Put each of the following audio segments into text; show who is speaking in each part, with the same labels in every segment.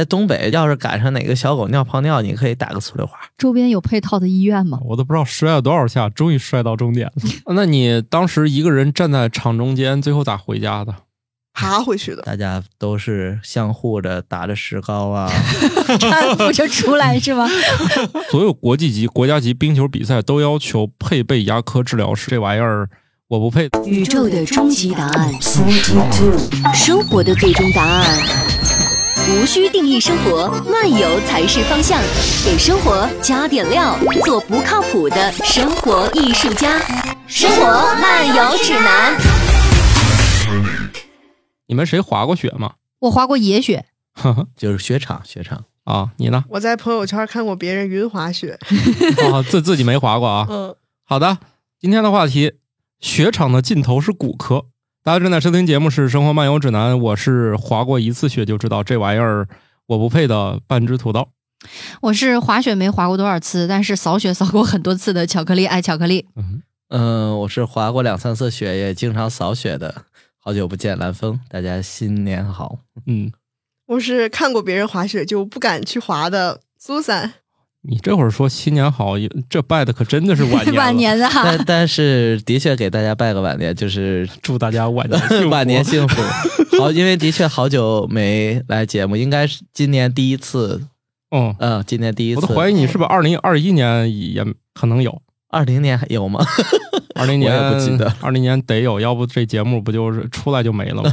Speaker 1: 在东北，要是赶上哪个小狗尿泡尿，你可以打个醋溜滑。
Speaker 2: 周边有配套的医 院吗？
Speaker 3: 我都不知道摔了多少下，终于摔到终点了。 那你当时一个人站在场中间，最后咋回家的？
Speaker 4: 爬回去的。
Speaker 1: 大家都是相互着打着石膏啊，
Speaker 2: 搀扶着出来是 吗？
Speaker 3: 所有国际级、国家级冰球比赛都要求配备牙科治疗师，这玩意儿我不配。
Speaker 5: 宇宙的终极答案，生活的最终答案。无需定义生活，漫游才是方向。给生活加点料，做不靠谱的生活艺术家。生活漫游指南。
Speaker 3: 你们谁滑过雪吗？
Speaker 2: 我滑过野雪，
Speaker 1: 就是雪场雪场。
Speaker 3: 啊，你 呢？
Speaker 4: 我在朋友圈看过别人云滑雪，
Speaker 3: 啊，自自己没滑过啊。
Speaker 4: 嗯，
Speaker 3: 好的，今天的话题，雪场的尽头是骨科。大家正在收听节目是《生活漫游指南》，我是滑过一次雪就知道这玩意儿我不配的半只土豆。
Speaker 2: 我是滑雪没滑过多少次，但是扫雪扫过很多次的巧克力爱巧 克力。
Speaker 3: 嗯，
Speaker 1: 嗯，我是滑过两三次雪，也经常扫雪的。好久不见，蓝峰，大家新年 好。
Speaker 3: 嗯，
Speaker 4: 我是看过别人滑雪就不敢去滑的。Susan，
Speaker 3: 你这会儿说新年好，这拜的可真的是
Speaker 1: 哎
Speaker 3: 晚年了。
Speaker 2: 晚年啊，
Speaker 1: 但但是的确给大家拜个晚年，就是
Speaker 3: 祝大家晚年 幸福
Speaker 1: 晚年幸 福。好，因为的确好久没来节目，应该是今年第一次。
Speaker 3: 嗯，
Speaker 1: 嗯，今年第一
Speaker 3: 我
Speaker 1: 次。
Speaker 3: 都怀疑你是不是二零二一年也可能有，
Speaker 1: 二零年还有吗？
Speaker 3: 二零年
Speaker 1: 我也不记得，
Speaker 3: 二零年得有，要不这节目不就是出来就没了吗？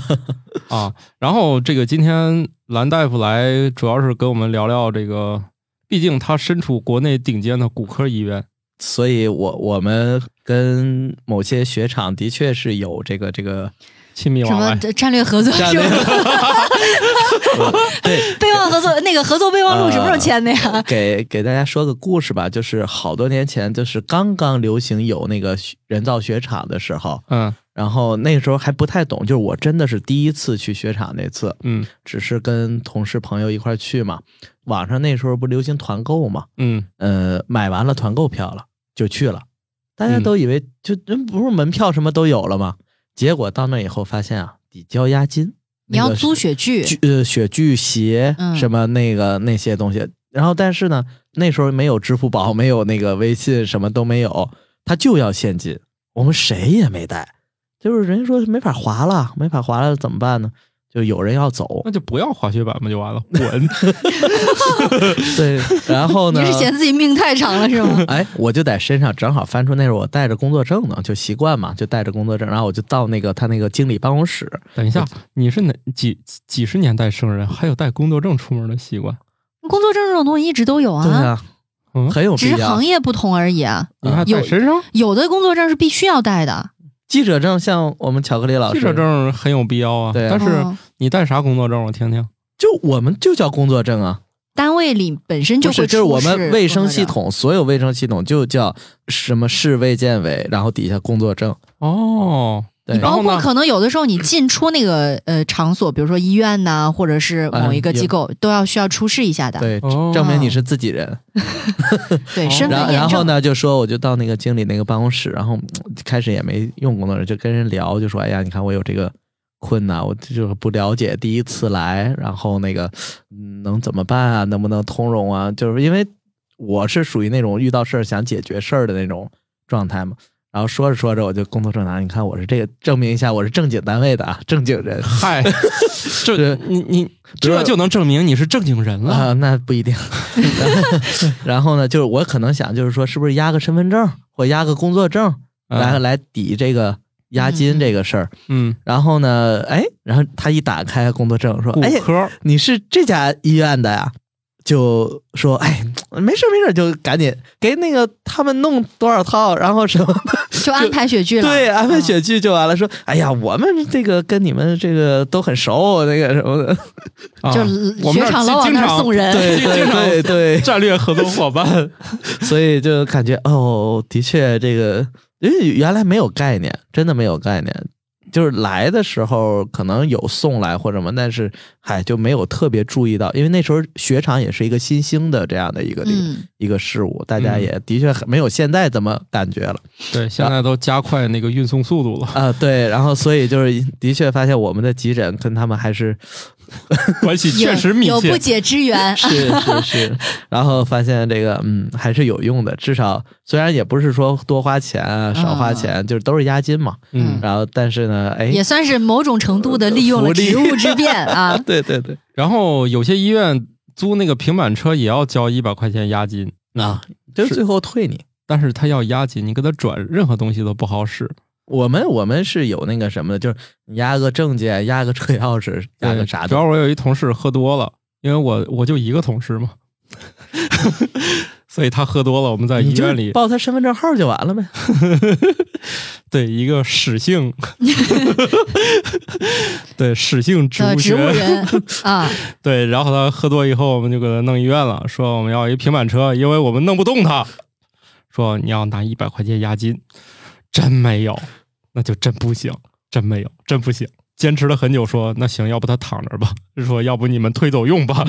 Speaker 3: 啊，然后这个今天蓝大夫来，主要是跟我们聊聊这个，毕竟他身处国内顶尖的骨科医院，
Speaker 1: 所以我我们跟某些雪场的确是有这个这个，
Speaker 3: 亲密
Speaker 2: 什
Speaker 3: 往
Speaker 2: 么
Speaker 3: 来。
Speaker 2: 这战略合作
Speaker 1: 哎战
Speaker 2: 是
Speaker 1: 略
Speaker 2: 吧？
Speaker 1: 对， 呃
Speaker 2: 备忘合作那个合作备忘录什么时候签的呀？
Speaker 1: 给给大家说个故事吧，就是好多年前，就是刚刚流行有那个雪人造雪场的时候，
Speaker 3: 嗯
Speaker 1: 然后那个时候还不太懂，就是我真的是第一次去雪场那次，
Speaker 3: 嗯
Speaker 1: 只是跟同事朋友一块儿去嘛。网上那时候不流行团购嘛，
Speaker 3: 嗯，
Speaker 1: 呃，买完了团购票了就去了，大家
Speaker 3: 嗯
Speaker 1: 都以为就人不是门票什么都有了吗？结果到那以后发现啊，得交押金， 那
Speaker 2: 你要
Speaker 1: 个
Speaker 2: 租雪具，
Speaker 1: 具呃雪具、鞋
Speaker 2: 嗯
Speaker 1: 什么那个那些东西。然后但是呢，那时候没有支付宝，没有那个微信，什么都没有，他就要现金，我们谁也没带。就是人家说没法划了，没法划了怎么办呢？就有人要 走，
Speaker 3: 那就不要滑雪板吧，就完了，滚！
Speaker 1: 对，然后呢
Speaker 2: 你？是嫌自己命太长了是 吗？
Speaker 1: 哎，我就在身上正好翻出那时候我带着工作证呢，就习惯嘛，就带着工作证，然后我就到那个他那个经理办公室，
Speaker 3: 等一下，你是哪几几十年代生人，还有带工作证出门的习惯？
Speaker 2: 工作证这种东西一直都有
Speaker 1: 对
Speaker 2: 啊，
Speaker 1: 啊，
Speaker 3: 嗯
Speaker 1: 很有
Speaker 2: 只
Speaker 1: 必
Speaker 2: 是
Speaker 1: 要
Speaker 2: 行。业不同而已啊。
Speaker 3: 你还带
Speaker 2: 有
Speaker 3: 身上？
Speaker 2: 有的工作证是必须要带的，
Speaker 1: 记者证像我们巧克力老师，
Speaker 3: 记者证很有必要啊。
Speaker 1: 对啊
Speaker 3: 但是
Speaker 2: 嗯
Speaker 3: 你带啥工作证？我听听。
Speaker 1: 就我们就叫工作证啊，
Speaker 2: 单位里本身就
Speaker 1: 不
Speaker 2: 会
Speaker 1: 是，
Speaker 2: 出示
Speaker 1: 就是我们卫生系
Speaker 2: 工作
Speaker 1: 统，所有卫生系统就叫什么市卫健委，然后底下工作证。
Speaker 3: 哦，
Speaker 1: 对
Speaker 2: 证，，包
Speaker 3: 然后
Speaker 2: 括
Speaker 3: 呢
Speaker 2: 可能有的时候你进出那个呃场所，比如说医院呐、或者是某一个
Speaker 1: 嗯有
Speaker 2: 机构，都要需要出示一下的。
Speaker 1: 对，
Speaker 3: 哦
Speaker 1: 证明你是自己人。
Speaker 2: 对，
Speaker 3: 哦
Speaker 2: 身
Speaker 1: 然
Speaker 2: 份
Speaker 1: 后
Speaker 2: 验
Speaker 1: 然后
Speaker 2: 证。
Speaker 1: 呢，就说我就到那个经理那个办公室，然后嗯开始也没用工作人，就跟人聊，就说哎呀，你看我有这个困难，我就是不了解，第一次来，然后那个嗯能怎么办啊？能不能通融啊？就是因为我是属于那种遇到事儿想解决事儿的那种状态嘛。然后说着说着，我就工作证拿，你看我是这个证明一下，我是正经单位的啊，正经人。
Speaker 3: 嗨，这
Speaker 1: 对
Speaker 3: 你你
Speaker 1: 比如
Speaker 3: 这就能证明你是正经人
Speaker 1: 啊、
Speaker 3: 了。
Speaker 1: 那不一定。 然后然后呢，就是我可能想，就是说，是不是押个身份证或押个工作证来、
Speaker 3: 嗯
Speaker 1: 来抵这个押金这个事儿？
Speaker 3: 嗯，
Speaker 1: 然后呢，哎，然后他一打开工作证说
Speaker 3: 骨：“
Speaker 1: 哎，
Speaker 3: 科
Speaker 1: 你是这家医院的呀？”就说：“哎，没事儿没事儿，就赶紧给那个他们弄多少套，然后什么
Speaker 2: 就安排雪具了。
Speaker 1: 对，安排
Speaker 2: 嗯
Speaker 1: 雪具就完了。说，哎呀，我们这个跟你们这个都很熟，那个什么 的，
Speaker 3: 啊
Speaker 2: 就
Speaker 3: 我们
Speaker 2: 雪场老往那儿送人
Speaker 1: 对对对对，
Speaker 3: 战略合作伙伴。
Speaker 1: 所以就感觉哦，的确这个，因为原来没有概念，真的没有概念。就是来的时候可能有送来或者什么，但是嗨就没有特别注意到，因为那时候雪场也是一个新兴的这样的一个、
Speaker 2: 嗯，
Speaker 1: 一个事物，大家
Speaker 3: 嗯
Speaker 1: 也的确很没有现在这么感觉了
Speaker 3: 对，现在都加快那个运送速度了。
Speaker 1: 啊、对，然后所以就是的确发现我们的急诊跟他们还是，
Speaker 3: 关系确实密
Speaker 2: 有有
Speaker 3: 切
Speaker 2: 不。解之缘
Speaker 1: 是是是，然后发现这个嗯还是有用的，至少虽然也不是说多花钱啊少花钱，就是都是押金嘛，
Speaker 3: 嗯，
Speaker 1: 然后但是呢，哎，
Speaker 2: 也算是某种程度的利用了
Speaker 1: 福利。
Speaker 2: 职务之便啊
Speaker 1: 对对对
Speaker 3: 然后有些医院租那个平板车也要交一百块钱押金，
Speaker 1: 啊，就是最后退你。
Speaker 3: 但是他要押金，你给他转任何东西都不好使。
Speaker 1: 我们我们是有那个什么的，就是你押个证件，押个车钥匙，押
Speaker 3: 对
Speaker 1: 个啥的
Speaker 3: 主要，我有一同事喝多了，因为我我就一个同事嘛，所以他喝多了，我们在
Speaker 1: 你
Speaker 3: 医
Speaker 1: 就
Speaker 3: 院里
Speaker 1: 报他身份证号就完了呗。
Speaker 3: 对一个史姓，对史姓植
Speaker 2: 的
Speaker 3: 物
Speaker 2: 植物
Speaker 3: 学，
Speaker 2: 呃人 啊，
Speaker 3: 对，然后他喝多以后，我们就给他弄医院了，说我们要一平板车，因为我们弄不动他，说你要拿一百块钱押金，真没有，那就真不行，真没有，真不行。坚持了很久说，那行，要不他躺着吧， 说要不你们推走用吧，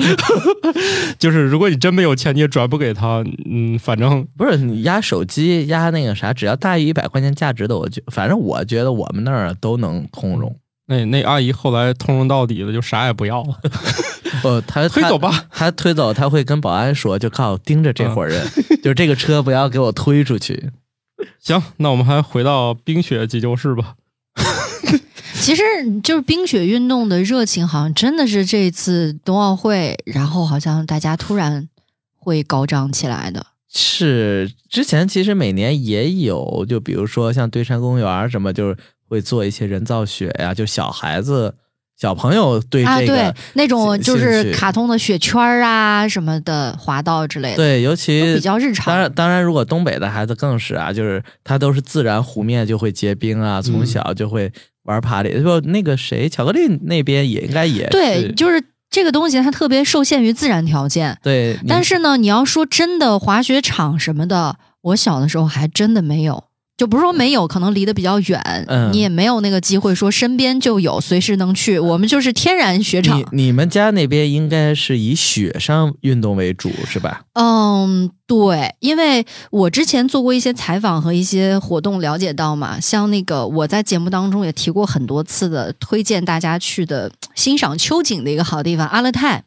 Speaker 3: 就是如果你真没有钱，你也转不给他，嗯，反正
Speaker 1: 不是你押手机押那个啥，只要大于一百块钱价值的，我觉反正我觉得我们那儿都能通融。
Speaker 3: 那那阿姨后来通融到底了，就啥也不要了。
Speaker 1: 呃，他
Speaker 3: 推走吧，
Speaker 1: 他他推走，他会跟保安说，就靠盯着这伙人，
Speaker 3: 嗯
Speaker 1: 就是这个车不要给我推出去。
Speaker 3: 行，那我们还回到冰雪急救室吧。
Speaker 2: 其实就是冰雪运动的热情，好像真的是这次冬奥会，然后好像大家突然会高涨起来的。
Speaker 1: 是之前其实每年也有，就比如说像堆山公园儿什么，就是会做一些人造雪呀、就小孩子、小朋友对
Speaker 2: 啊，
Speaker 1: 这个、
Speaker 2: 对，那种
Speaker 1: 兴
Speaker 2: 就是
Speaker 1: 兴趣
Speaker 2: 卡通的雪圈儿啊什么的滑道之类的，
Speaker 1: 对尤
Speaker 2: 都
Speaker 1: 其
Speaker 2: 比较日常。
Speaker 1: 当然，当然，如果东北的孩子更是啊，就是他都是自然湖面就会结冰啊，
Speaker 2: 嗯
Speaker 1: 从小就会玩爬犁。不、那个谁，巧克力那边也应该也
Speaker 2: 对，
Speaker 1: 是
Speaker 2: 就是这个东西它特别受限于自然条件。
Speaker 1: 对，你
Speaker 2: 但是呢，你要说真的滑雪场什么的，我小的时候还真的没有。就不是说没有，可能离得比较远，
Speaker 1: 嗯
Speaker 2: 你也没有那个机会说身边就有，随时能去。我们就是天然雪场
Speaker 1: 你，你们家那边应该是以雪上运动为主是吧？
Speaker 2: 嗯，对，因为我之前做过一些采访和一些活动，了解到嘛，像那个我在节目当中也提过很多次的，推荐大家去的欣赏秋景的一个好地方——阿勒泰。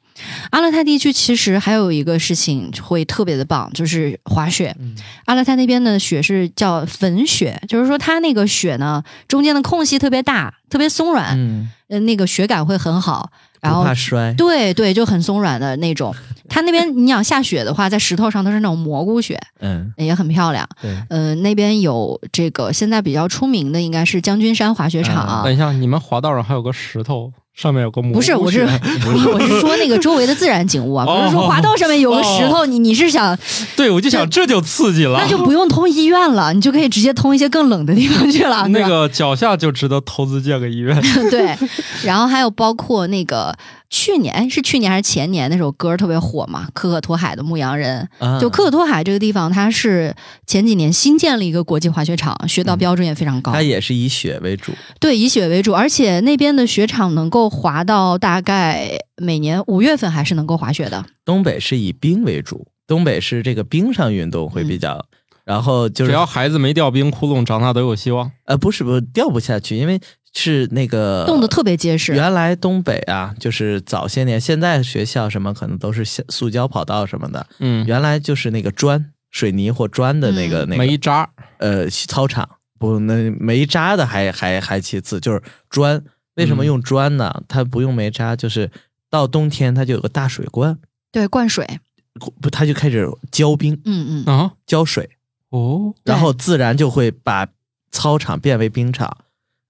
Speaker 2: 阿勒泰地区其实还有一个事情会特别的棒，就是滑雪。
Speaker 1: 嗯
Speaker 2: 阿勒泰那边的雪是叫粉雪，就是说它那个雪呢，中间的空隙特别大，特别松软，
Speaker 1: 嗯，
Speaker 2: 呃，那个雪感会很好。
Speaker 1: 不
Speaker 2: 然后
Speaker 1: 怕摔。
Speaker 2: 对对，就很松软的那种。它那边你想下雪的话，在石头上都是那种蘑菇雪，
Speaker 1: 嗯，
Speaker 2: 也很漂亮。
Speaker 1: 对，
Speaker 2: 呃，那边有这个现在比较出名的应该是将军山滑雪场，
Speaker 1: 啊
Speaker 3: 等一下，你们滑道上还有个石头，上面有个蘑菇
Speaker 2: 不是，我是
Speaker 3: 雪
Speaker 2: 我是说那个周围的自然景物 啊，不是说滑道上面有个石
Speaker 3: 哦
Speaker 2: 头，你你是想
Speaker 3: 对，我就想这就刺激了。
Speaker 2: 那就不用通医院了，你就可以直接通一些更冷的地方去了，对
Speaker 3: 那
Speaker 2: 吧？
Speaker 3: 个脚下就值得投资建个医 院。
Speaker 2: 对，然后还有包括那个去年哎是去年还是前年那首歌特别火嘛，可可托海的《牧羊人》。
Speaker 1: 啊
Speaker 2: 就克，尔托海这个地方，它是前几年新建了一个国际滑雪场，雪道标准也非常
Speaker 1: 嗯
Speaker 2: 高，
Speaker 1: 它也是以雪为主。
Speaker 2: 对，以雪为主，而且那边的雪场能够滑到大概每年五月份还是能够滑雪的。
Speaker 1: 东北是以冰为主，东北是这个冰上运动
Speaker 2: 嗯
Speaker 1: 会比较，然后就是
Speaker 3: 只要孩子没掉冰窟窿，长大都有希望。
Speaker 1: 呃，不是不掉不下去，因为是那个
Speaker 2: 冻得特别结实，
Speaker 1: 呃原来东北啊，就是早些年，现在学校什么可能都是橡塑胶跑道什么的，
Speaker 3: 嗯，
Speaker 1: 原来就是那个砖、水泥或砖的那
Speaker 2: 嗯
Speaker 1: 个、那个
Speaker 3: 没渣。
Speaker 1: 呃操场，不那煤渣的还还还其次，就是砖。为什么
Speaker 3: 嗯
Speaker 1: 用砖呢？它不用煤渣，就是到冬天它就有个大水罐，
Speaker 2: 对，灌水，
Speaker 1: 不它就开始浇冰、
Speaker 2: 嗯嗯，
Speaker 3: 啊
Speaker 1: 浇水，
Speaker 3: 哦，
Speaker 1: 然后自然就会把操场变为冰场。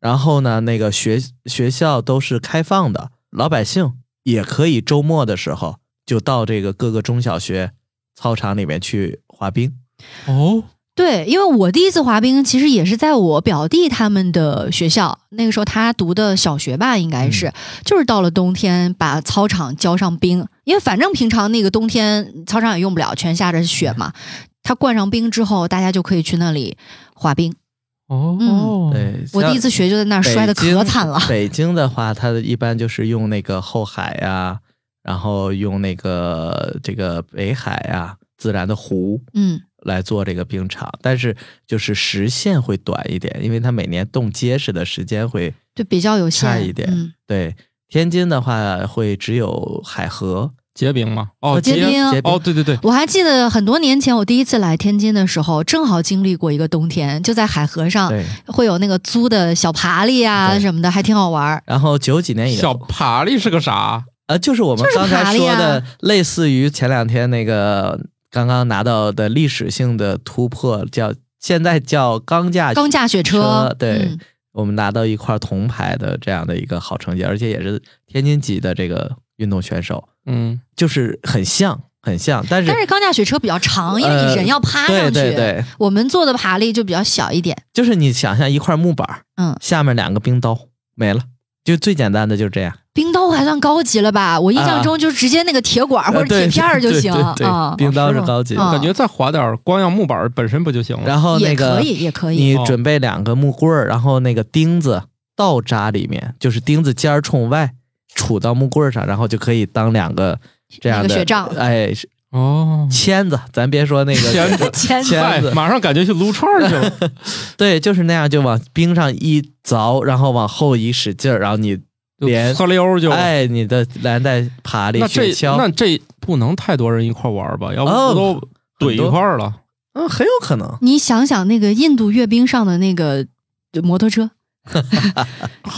Speaker 1: 然后呢，那个学学校都是开放的，老百姓也可以周末的时候就到这个各个中小学操场里面去滑冰。
Speaker 3: 哦，
Speaker 2: 对，因为我第一次滑冰其实也是在我表弟他们的学校，那个时候他读的小学吧，应该
Speaker 1: 嗯
Speaker 2: 是、就是到了冬天把操场浇上冰，因为反正平常那个冬天操场也用不了，全下着雪 嘛。它灌上冰之后，大家就可以去那里滑冰。
Speaker 3: 哦，
Speaker 1: 对，
Speaker 2: 嗯我第一
Speaker 1: 像
Speaker 2: 次学就在那儿摔的可惨了。
Speaker 1: 北京。北京的话，它一般就是用那个后海呀、然后用那个这个北海呀、自然的湖
Speaker 2: 嗯，
Speaker 1: 来做这个冰场，但是就是时限会短一点，因为它每年冻结实的时间会
Speaker 2: 对，比较有
Speaker 1: 差
Speaker 2: 限
Speaker 1: 一点
Speaker 2: 嗯，
Speaker 1: 对。天津的话会只有海河，
Speaker 3: 结冰吗？哦，
Speaker 2: 结冰
Speaker 1: 结冰
Speaker 3: 哦，对对对，
Speaker 2: 我还记得很多年前我第一次来天津的时候，正好经历过一个冬天，就在海河上
Speaker 1: 对。
Speaker 2: 会有那个租的小爬犁啊
Speaker 1: 对
Speaker 2: 什么的，还挺好玩儿。
Speaker 1: 然后九几年以
Speaker 3: 小
Speaker 1: 后，
Speaker 3: 爬犁是个啥？
Speaker 1: 呃，就是我们
Speaker 2: 就是
Speaker 1: 刚才
Speaker 2: 爬犁
Speaker 1: 说
Speaker 2: 啊
Speaker 1: 的，类似于前两天那个刚刚拿到的历史性的突破，叫现在叫钢架
Speaker 2: 钢架雪
Speaker 1: 车
Speaker 2: 车，
Speaker 1: 对
Speaker 2: 嗯
Speaker 1: 我们拿到一块铜牌的这样的一个好成绩，而且也是天津籍的这个运动选手，
Speaker 3: 嗯，
Speaker 1: 就是很像很像，但是
Speaker 2: 但是钢架雪车比较长，因为
Speaker 1: 呃
Speaker 2: 你人要趴上
Speaker 1: 对
Speaker 2: 去。
Speaker 1: 对对，
Speaker 2: 我们做的爬犁就比较小一点。
Speaker 1: 就是你想象一块木板儿，
Speaker 2: 嗯
Speaker 1: 下面两个冰刀没了，就最简单的就这样。
Speaker 2: 冰刀还算高级了吧？我印象中就直接那个铁管
Speaker 1: 啊
Speaker 2: 或者铁
Speaker 1: 对
Speaker 2: 片儿就行
Speaker 1: 对对对
Speaker 2: 啊。
Speaker 1: 冰刀是高级的
Speaker 2: 啊
Speaker 3: 感觉再划点儿光阳木板儿本身不就行了？
Speaker 1: 嗯然后那
Speaker 2: 嗯也
Speaker 1: 个
Speaker 2: 可以，也可以。
Speaker 1: 你准备两个木棍儿，然后那个钉子倒扎里面，就是钉子尖儿冲外杵到木棍儿上，然后就可以当两个这样的
Speaker 2: 那个雪杖
Speaker 1: 哎，是
Speaker 3: 哦，
Speaker 1: 签子，咱别说那个
Speaker 3: 签子
Speaker 2: 签
Speaker 1: 签
Speaker 3: 哎，
Speaker 1: 子，
Speaker 3: 马上感觉去撸串儿 去了。
Speaker 1: 对，就是那样，就往冰上一凿，然后往后一使劲儿，然后你
Speaker 3: 就
Speaker 1: 连
Speaker 3: 呲溜儿就。
Speaker 1: 哎，你的蓝带爬里
Speaker 3: 那这
Speaker 1: 雪橇，
Speaker 3: 那这不能太多人一块儿玩儿吧？要不
Speaker 1: 哦
Speaker 3: 都怼一块儿了。
Speaker 1: 嗯，很有可能。
Speaker 2: 你想想那个印度阅兵上的那个摩 托车，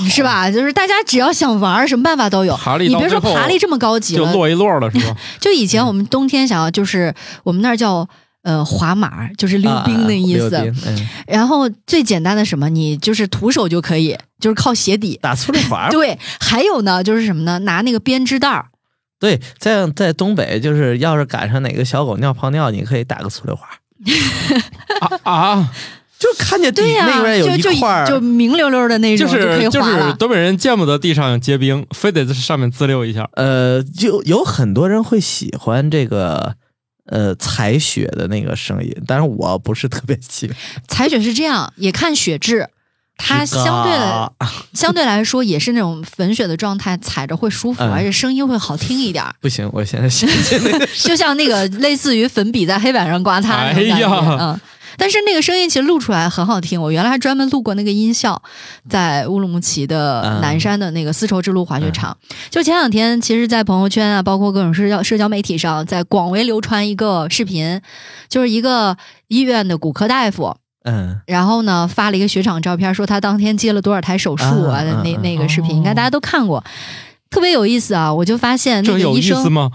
Speaker 2: 是吧？就是大家只要想玩儿，什么办法都有。
Speaker 3: 爬犁
Speaker 2: 你
Speaker 3: 到
Speaker 2: 别
Speaker 3: 最
Speaker 2: 说
Speaker 3: 后
Speaker 2: 爬犁这么高级
Speaker 3: 就
Speaker 2: 了，
Speaker 3: 落一摞了是 吧？
Speaker 2: 就以
Speaker 1: 嗯
Speaker 2: 前我们冬天想要就是我们那儿叫呃滑马，就是溜冰的意思。
Speaker 1: 啊啊溜冰嗯，
Speaker 2: 然后最简单的什么，你就是徒手就可以，就是靠鞋底。
Speaker 1: 打粗力 滑
Speaker 2: 对，还有呢，就是什么呢？拿那个编织袋儿，
Speaker 1: 对，在在东北，就是要是赶上哪个小狗尿泡尿，你可以打个醋溜滑，
Speaker 3: 啊啊，
Speaker 1: 就看见地
Speaker 2: 对呀、
Speaker 1: 那边有
Speaker 2: 就
Speaker 1: 一
Speaker 2: 就
Speaker 1: 块儿，
Speaker 2: 就明溜溜的那
Speaker 3: 就
Speaker 2: 种，可以
Speaker 3: 是就
Speaker 2: 滑
Speaker 3: 是
Speaker 2: 了。
Speaker 3: 东北人见不得地上结冰，非得在上面滋溜一下。
Speaker 1: 呃，就有很多人会喜欢这个呃踩雪的那个声音，但是我不是特别喜欢。
Speaker 2: 踩雪是这样，也看雪质，它相对来
Speaker 1: 嘎
Speaker 2: 相对来说也是那种粉雪的状态，踩着会舒服，
Speaker 1: 嗯
Speaker 2: 而且声音会好听一点儿，
Speaker 1: 不行，我现在想起那个
Speaker 2: 就像那个类似于粉笔在黑板上刮擦那种感觉，
Speaker 3: 哎呀
Speaker 2: 嗯。但是那个声音其实录出来很好听，我原来还专门录过那个音效，在乌鲁木齐的
Speaker 1: 嗯
Speaker 2: 南山的那个丝绸之路滑雪
Speaker 3: 嗯
Speaker 2: 场。就前两天，其实，在朋友圈啊，包括各种社交社交媒体上，在广为流传一个视频，就是一个医院的骨科大夫，
Speaker 1: 嗯，
Speaker 2: 然后呢，发了一个雪场照片，说他当天接了多少台手术
Speaker 1: 啊
Speaker 2: 啊？
Speaker 1: 啊
Speaker 2: 那
Speaker 1: 啊
Speaker 2: 那个视
Speaker 3: 哦
Speaker 2: 频应该大家都看过，特别有意思啊！我就发现那
Speaker 3: 这
Speaker 2: 个
Speaker 3: 有
Speaker 2: 医
Speaker 3: 意思
Speaker 2: 生，
Speaker 3: 吗？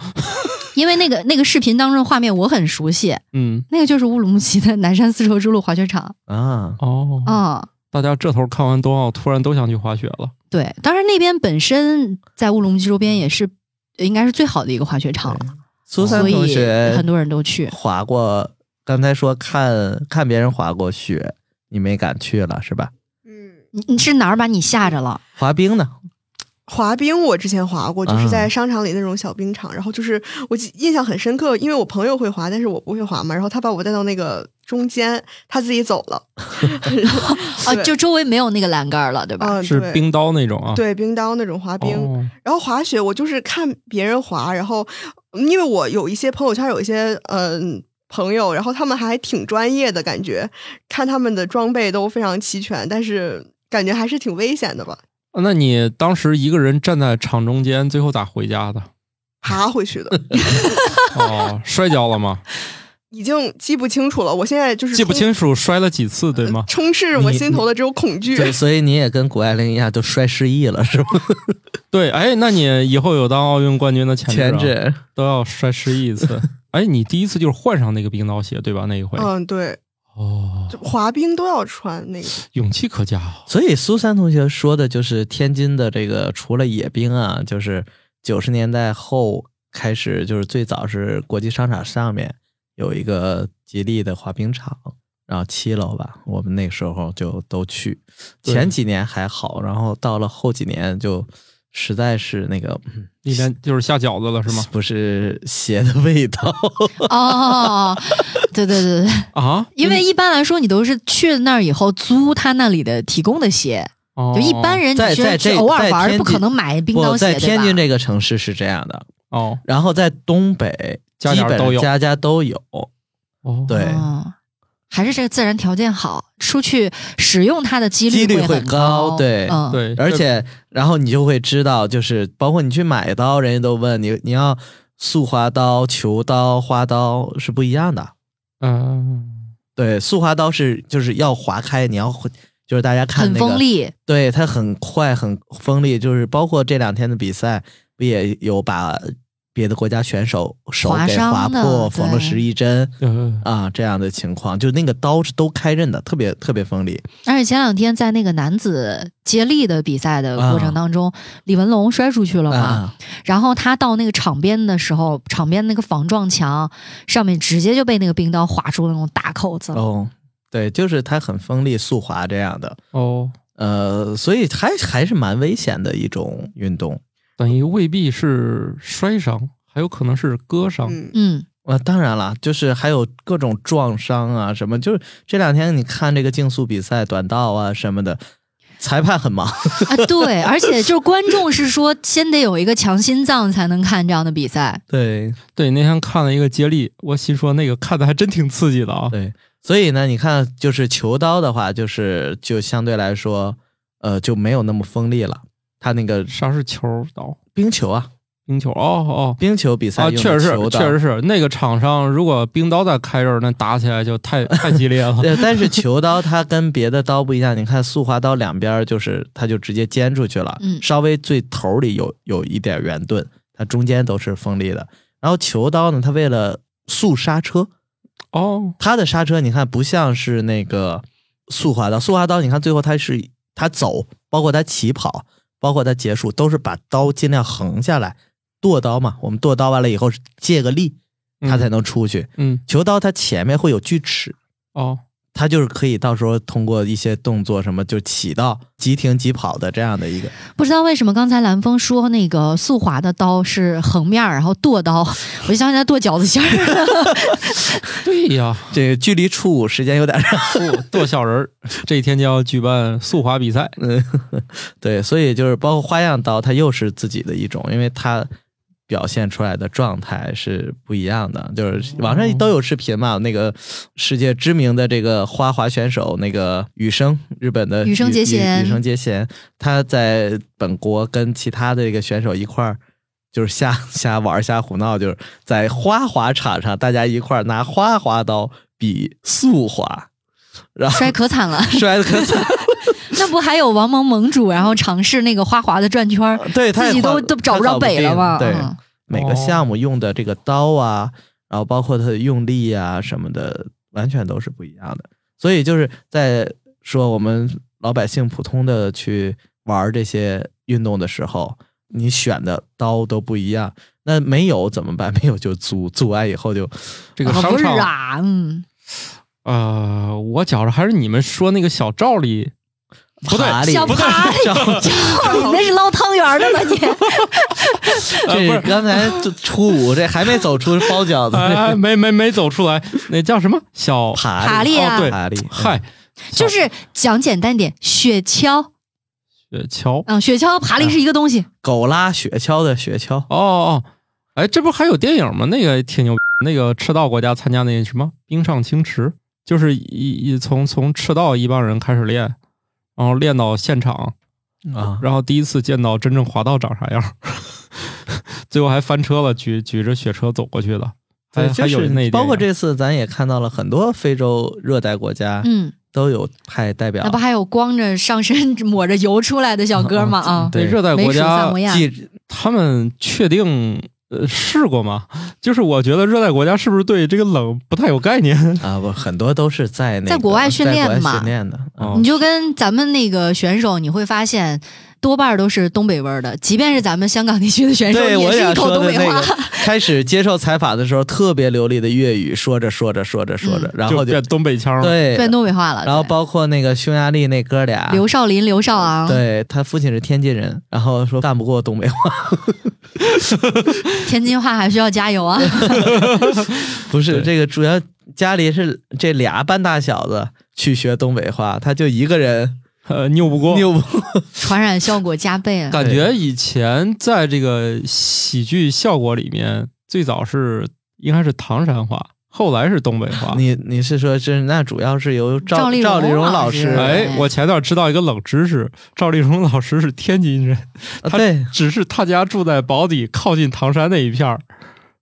Speaker 2: 因为那个那个视频当中的画面我很熟悉，
Speaker 3: 嗯，
Speaker 2: 那个就是乌鲁木齐的南山丝绸之路滑雪场
Speaker 1: 啊，
Speaker 3: 哦，
Speaker 2: 啊、
Speaker 3: 大家这头看完冬奥，突然都想去滑雪了。
Speaker 2: 对，当然那边本身在乌鲁木齐周边也是应该是最好的一个滑雪场了，
Speaker 1: 苏
Speaker 2: 所
Speaker 1: 珊同
Speaker 2: 以
Speaker 1: 学
Speaker 2: 很多人都去。
Speaker 1: 滑过，刚才说看看别人滑过雪，你没敢去了是吧？
Speaker 4: 嗯，
Speaker 2: 你你是哪儿把你吓着了？
Speaker 1: 滑冰呢？
Speaker 4: 滑冰我之前滑过，就
Speaker 1: 啊
Speaker 4: 是在商场里那种小冰场，然后就是我记印象很深刻，因为我朋友会滑，但是我不会滑嘛，然后他把我带到那个中间，他自己走了，
Speaker 2: 啊，
Speaker 4: 对
Speaker 2: 就周围没有那个栏杆了，对吧？
Speaker 1: 哦
Speaker 4: 嗯，
Speaker 3: 是
Speaker 4: 对
Speaker 3: 冰刀那种啊。
Speaker 4: 对冰刀那种滑冰，
Speaker 3: 哦，
Speaker 4: 然后滑雪我就是看别人滑，然后嗯因为我有一些朋友圈有一些嗯。朋友，然后他们还挺专业的感觉，看他们的装备都非常齐全，但是感觉还是挺危险的吧，
Speaker 3: 哦那你当时一个人站在场中间，最后咋回 家的？
Speaker 4: 爬 回去的。
Speaker 3: 哦，摔跤了吗？
Speaker 4: 已经记不清楚了。我现在就是
Speaker 3: 记不
Speaker 4: 充
Speaker 3: 清楚摔了几次，对吗？
Speaker 4: 充斥我心头的只有恐惧。
Speaker 1: 对，所以你也跟谷爱凌一样都摔失忆了 是吧？
Speaker 3: 对，哎，那你以后有当奥运冠军的潜质、啊，
Speaker 1: 全指
Speaker 3: 都要摔失忆一 次。哎，你第一次就是换上那个冰刀鞋，对吧？那一回，
Speaker 4: 嗯，对，
Speaker 3: 哦，
Speaker 4: 就滑冰都要穿那个。
Speaker 3: 勇气可嘉啊。
Speaker 1: 所以苏珊同学说的就是天津的这个，除了野冰啊，就是九十年代后开始，就是最早是国际商场上面有一个吉利的滑冰场，然后七楼吧，我们那时候就都去。
Speaker 3: 对
Speaker 1: 前几年还好，然后到了后几年就实在是那个嗯
Speaker 3: 一边就是下饺子了是吗？
Speaker 1: 不是鞋的味道，
Speaker 2: 哦，对对对对。
Speaker 3: 啊，
Speaker 2: 因为一般来说，你都是去那儿以后租他那里的提供的鞋，
Speaker 3: 哦
Speaker 2: 就一般人
Speaker 1: 在
Speaker 2: 你
Speaker 1: 在
Speaker 2: 是去
Speaker 1: 这
Speaker 2: 偶尔
Speaker 1: 在
Speaker 2: 玩，
Speaker 1: 天
Speaker 2: 不
Speaker 1: 津
Speaker 2: 可能买冰
Speaker 1: 不
Speaker 2: 刀
Speaker 1: 在
Speaker 2: 鞋，
Speaker 1: 天
Speaker 2: 对
Speaker 1: 津
Speaker 2: 吧？
Speaker 1: 这个城市是这样的，
Speaker 3: 哦
Speaker 1: 然后在东北
Speaker 3: 家
Speaker 1: 基
Speaker 3: 家
Speaker 1: 本
Speaker 3: 都有
Speaker 1: 家家都有。
Speaker 3: 哦，
Speaker 1: 对
Speaker 2: 哦还是这个自然条件好，出去使用它的几
Speaker 1: 几率会
Speaker 2: 会很
Speaker 1: 高对
Speaker 2: 嗯，
Speaker 3: 对，
Speaker 1: 而
Speaker 3: 这
Speaker 1: 且，然后你就会知道，就是包括你去买刀，人家都问你，你要速滑刀、球刀、花刀是不一样的。
Speaker 3: 嗯，
Speaker 1: 对，速滑刀是就是要划开，你要就是大家看
Speaker 2: 很
Speaker 1: 那个，
Speaker 2: 锋利，
Speaker 1: 对，它很快很锋利。就是包括这两天的比赛，不也有把别的国家选手手
Speaker 2: 划
Speaker 1: 给
Speaker 2: 伤
Speaker 1: 划
Speaker 2: 的
Speaker 1: 破，缝了
Speaker 2: 对
Speaker 1: 十一针
Speaker 3: 呃
Speaker 1: 啊这样的情况，就那个刀是都开刃的，特别特别锋利。
Speaker 2: 而且前两天在那个男子接力的比赛的过程当中，李文龙摔出去了嘛，
Speaker 1: 啊，
Speaker 2: 然后他到那个场边的时候，场边那个防撞墙上面直接就被那个冰刀划出了那种大口子。
Speaker 1: 哦，对，就是它很锋利，速滑这样的。
Speaker 3: 哦，
Speaker 1: 呃，所以还还是蛮危险的一种运动。
Speaker 3: 等于未必是摔伤，还有可能是割伤。
Speaker 4: 嗯，
Speaker 2: 嗯，
Speaker 1: 啊，当然了，就是还有各种撞伤啊，什么，就是这两天你看这个竞速比赛、短道啊什么的，裁判很忙。
Speaker 2: 啊， 对，而且就是观众是说，先得有一个强心脏才能看这样的比赛。
Speaker 1: 对
Speaker 3: 对，那天看了一个接力，我心说那个看的还真挺刺激的啊。
Speaker 1: 对，所以呢，你看，就是球刀的话，就是就相对来说，呃，就没有那么锋利了。他那个
Speaker 3: 啥是球刀？
Speaker 1: 冰球啊，
Speaker 3: 冰球？哦哦。
Speaker 1: 冰球比赛
Speaker 3: 啊，
Speaker 1: 用的
Speaker 3: 确实
Speaker 1: 球刀
Speaker 3: 是，确实是那个场上，如果冰刀再开刃，那打起来就太 太激烈了。
Speaker 1: 对，但是球刀它跟别的刀不一样，你看速滑刀两边儿就是它就直接尖出去了，
Speaker 2: 嗯
Speaker 1: 稍微最头儿里有有一点圆盾，它中间都是锋利的。然后球刀呢，它为了速刹车，
Speaker 3: 哦，
Speaker 1: 它的刹车你看不像是那个速滑刀，速滑刀你看最后它是它走，包括它起跑，包括它结束，都是把刀尽量横下来，剁刀嘛，我们剁刀完了以后是借个力，它才能出去。
Speaker 3: 嗯，
Speaker 1: 球刀它前面会有锯齿。
Speaker 3: 哦，
Speaker 1: 它就是可以到时候通过一些动作什么，就起到急停急跑的这样的一个。
Speaker 2: 不知道为什么刚才蓝峰说那个速滑的刀是横面儿，然后剁 刀，我就想起来剁饺子馅儿。
Speaker 3: 对呀，
Speaker 1: 这个距离初五时间有点长，
Speaker 3: 不剁小人儿，这天将要举办速滑比赛。
Speaker 1: 嗯，对，所以就是包括花样刀，它又是自己的一种，因为它表现出来的状态是不一样的。就是网
Speaker 2: 哦
Speaker 1: 上都有视频嘛，那个世界知名的这个花滑选手，那个羽生，日本的
Speaker 2: 羽生结弦
Speaker 1: 羽生结弦，他在本国跟其他的这个选手一块儿。就是瞎瞎玩儿瞎胡闹，就是在花滑场上，大家一块儿拿花滑刀比速滑，然后
Speaker 2: 摔可惨了，
Speaker 1: 摔的可惨，
Speaker 2: 那不还有王蒙盟主，然后尝试那个花滑的转圈儿，
Speaker 1: 对，他也
Speaker 2: 自己都
Speaker 1: 换
Speaker 2: 都找
Speaker 1: 他
Speaker 2: 不着北了
Speaker 1: 定
Speaker 2: 嘛。
Speaker 1: 对，
Speaker 2: 嗯
Speaker 1: 每
Speaker 3: 哦
Speaker 1: 个项目用的这个刀啊，然后包括它的用力啊什么的，完全都是不一样的。所以就是在说我们老百姓普通的去玩这些运动的时候，你选的刀都不一样。那没有怎么办？没有就租，租完以后就
Speaker 3: 这个
Speaker 2: 啊
Speaker 3: 商
Speaker 2: 不是
Speaker 3: 场
Speaker 2: 啊，嗯，
Speaker 3: 呃，我觉着还是你们说那个小赵里，不对
Speaker 1: 爬里
Speaker 2: 小
Speaker 1: 不对
Speaker 2: 爬里
Speaker 1: 这
Speaker 2: 靠你那是捞汤圆儿的吧你？
Speaker 3: 呃不
Speaker 1: 这
Speaker 3: 是
Speaker 1: 刚才就初五，这还没走出包饺子，
Speaker 3: 哎，没没没走出来，那叫什么 小？
Speaker 1: 爬
Speaker 2: 爬
Speaker 1: 里
Speaker 2: 力啊
Speaker 3: 哦，对，
Speaker 1: 爬里，嗯
Speaker 3: 嗨，
Speaker 2: 就是讲简单点，雪橇，
Speaker 3: 雪橇。
Speaker 2: 嗯，雪橇和爬犁是一个东西，
Speaker 1: 狗拉雪橇的雪橇，
Speaker 3: 哦哦，哎，这不还有电影吗？那个也挺牛逼，那个赤道国家参加那什么冰上青池，就是一一从从赤道一帮人开始练，然后练到现场
Speaker 1: 啊
Speaker 3: 然后第一次见到真正滑道长啥样， 最后还翻车了，举举着雪车走过去的，还
Speaker 1: 对，就
Speaker 3: 还有那
Speaker 1: 是
Speaker 3: 电
Speaker 1: 包括
Speaker 3: 影
Speaker 1: 这次，咱也看到了很多非洲热带国家
Speaker 2: 嗯，
Speaker 1: 都有派代表
Speaker 2: 那不还有光着上身抹着油出来的小哥吗？啊，
Speaker 1: 对
Speaker 3: 对热带
Speaker 2: 美
Speaker 3: 国
Speaker 2: 属萨
Speaker 3: 家
Speaker 2: 摩亚，
Speaker 1: 记
Speaker 3: 他们确定呃试过吗？就是我觉得热带国家是不是对这个冷不太有概念？
Speaker 1: 啊，不，很多都是在那个
Speaker 2: 在国外训练
Speaker 1: 在国外
Speaker 2: 嘛
Speaker 1: 训练的。
Speaker 3: 哦
Speaker 2: 你就跟咱们那个选手，你会发现。多半都是东北味儿的，即便是咱们香港地区的选手，
Speaker 1: 嗯对，
Speaker 2: 也
Speaker 1: 我
Speaker 2: 是
Speaker 1: 想
Speaker 2: 一口
Speaker 1: 说
Speaker 2: 东
Speaker 1: 的
Speaker 2: 北
Speaker 1: 那
Speaker 2: 话。
Speaker 1: 个，开始接受采访的时候特别流利的粤语，说着说着说着说着，然后
Speaker 3: 变东北腔儿了。
Speaker 1: 对，
Speaker 2: 嗯变东北话了。
Speaker 1: 然后
Speaker 2: 对
Speaker 1: 包括那个匈牙利那哥俩，
Speaker 2: 刘少林、刘少昂，
Speaker 1: 对他父亲是天津人，然后说干不过东北话，
Speaker 2: 天津话还需要加油啊！
Speaker 1: 不是
Speaker 3: 对
Speaker 1: 这个主要家里是这俩半大小子去学东北话，他就一个人
Speaker 3: 呃，拗不过，
Speaker 1: 拗不
Speaker 2: 传染效果加倍啊！
Speaker 3: 感觉以前在这个喜剧效果里面，最早是应该是唐山话，后来是东北话。
Speaker 1: 你你是说这那主要是由赵
Speaker 2: 赵丽蓉
Speaker 1: 赵丽蓉
Speaker 2: 老师
Speaker 1: 师，
Speaker 3: 哎，我前段知道一个冷知识，赵丽蓉老师是天津人，
Speaker 1: 啊
Speaker 3: 他
Speaker 1: 对，
Speaker 3: 只是他家住在宝坻靠近唐山那一片儿，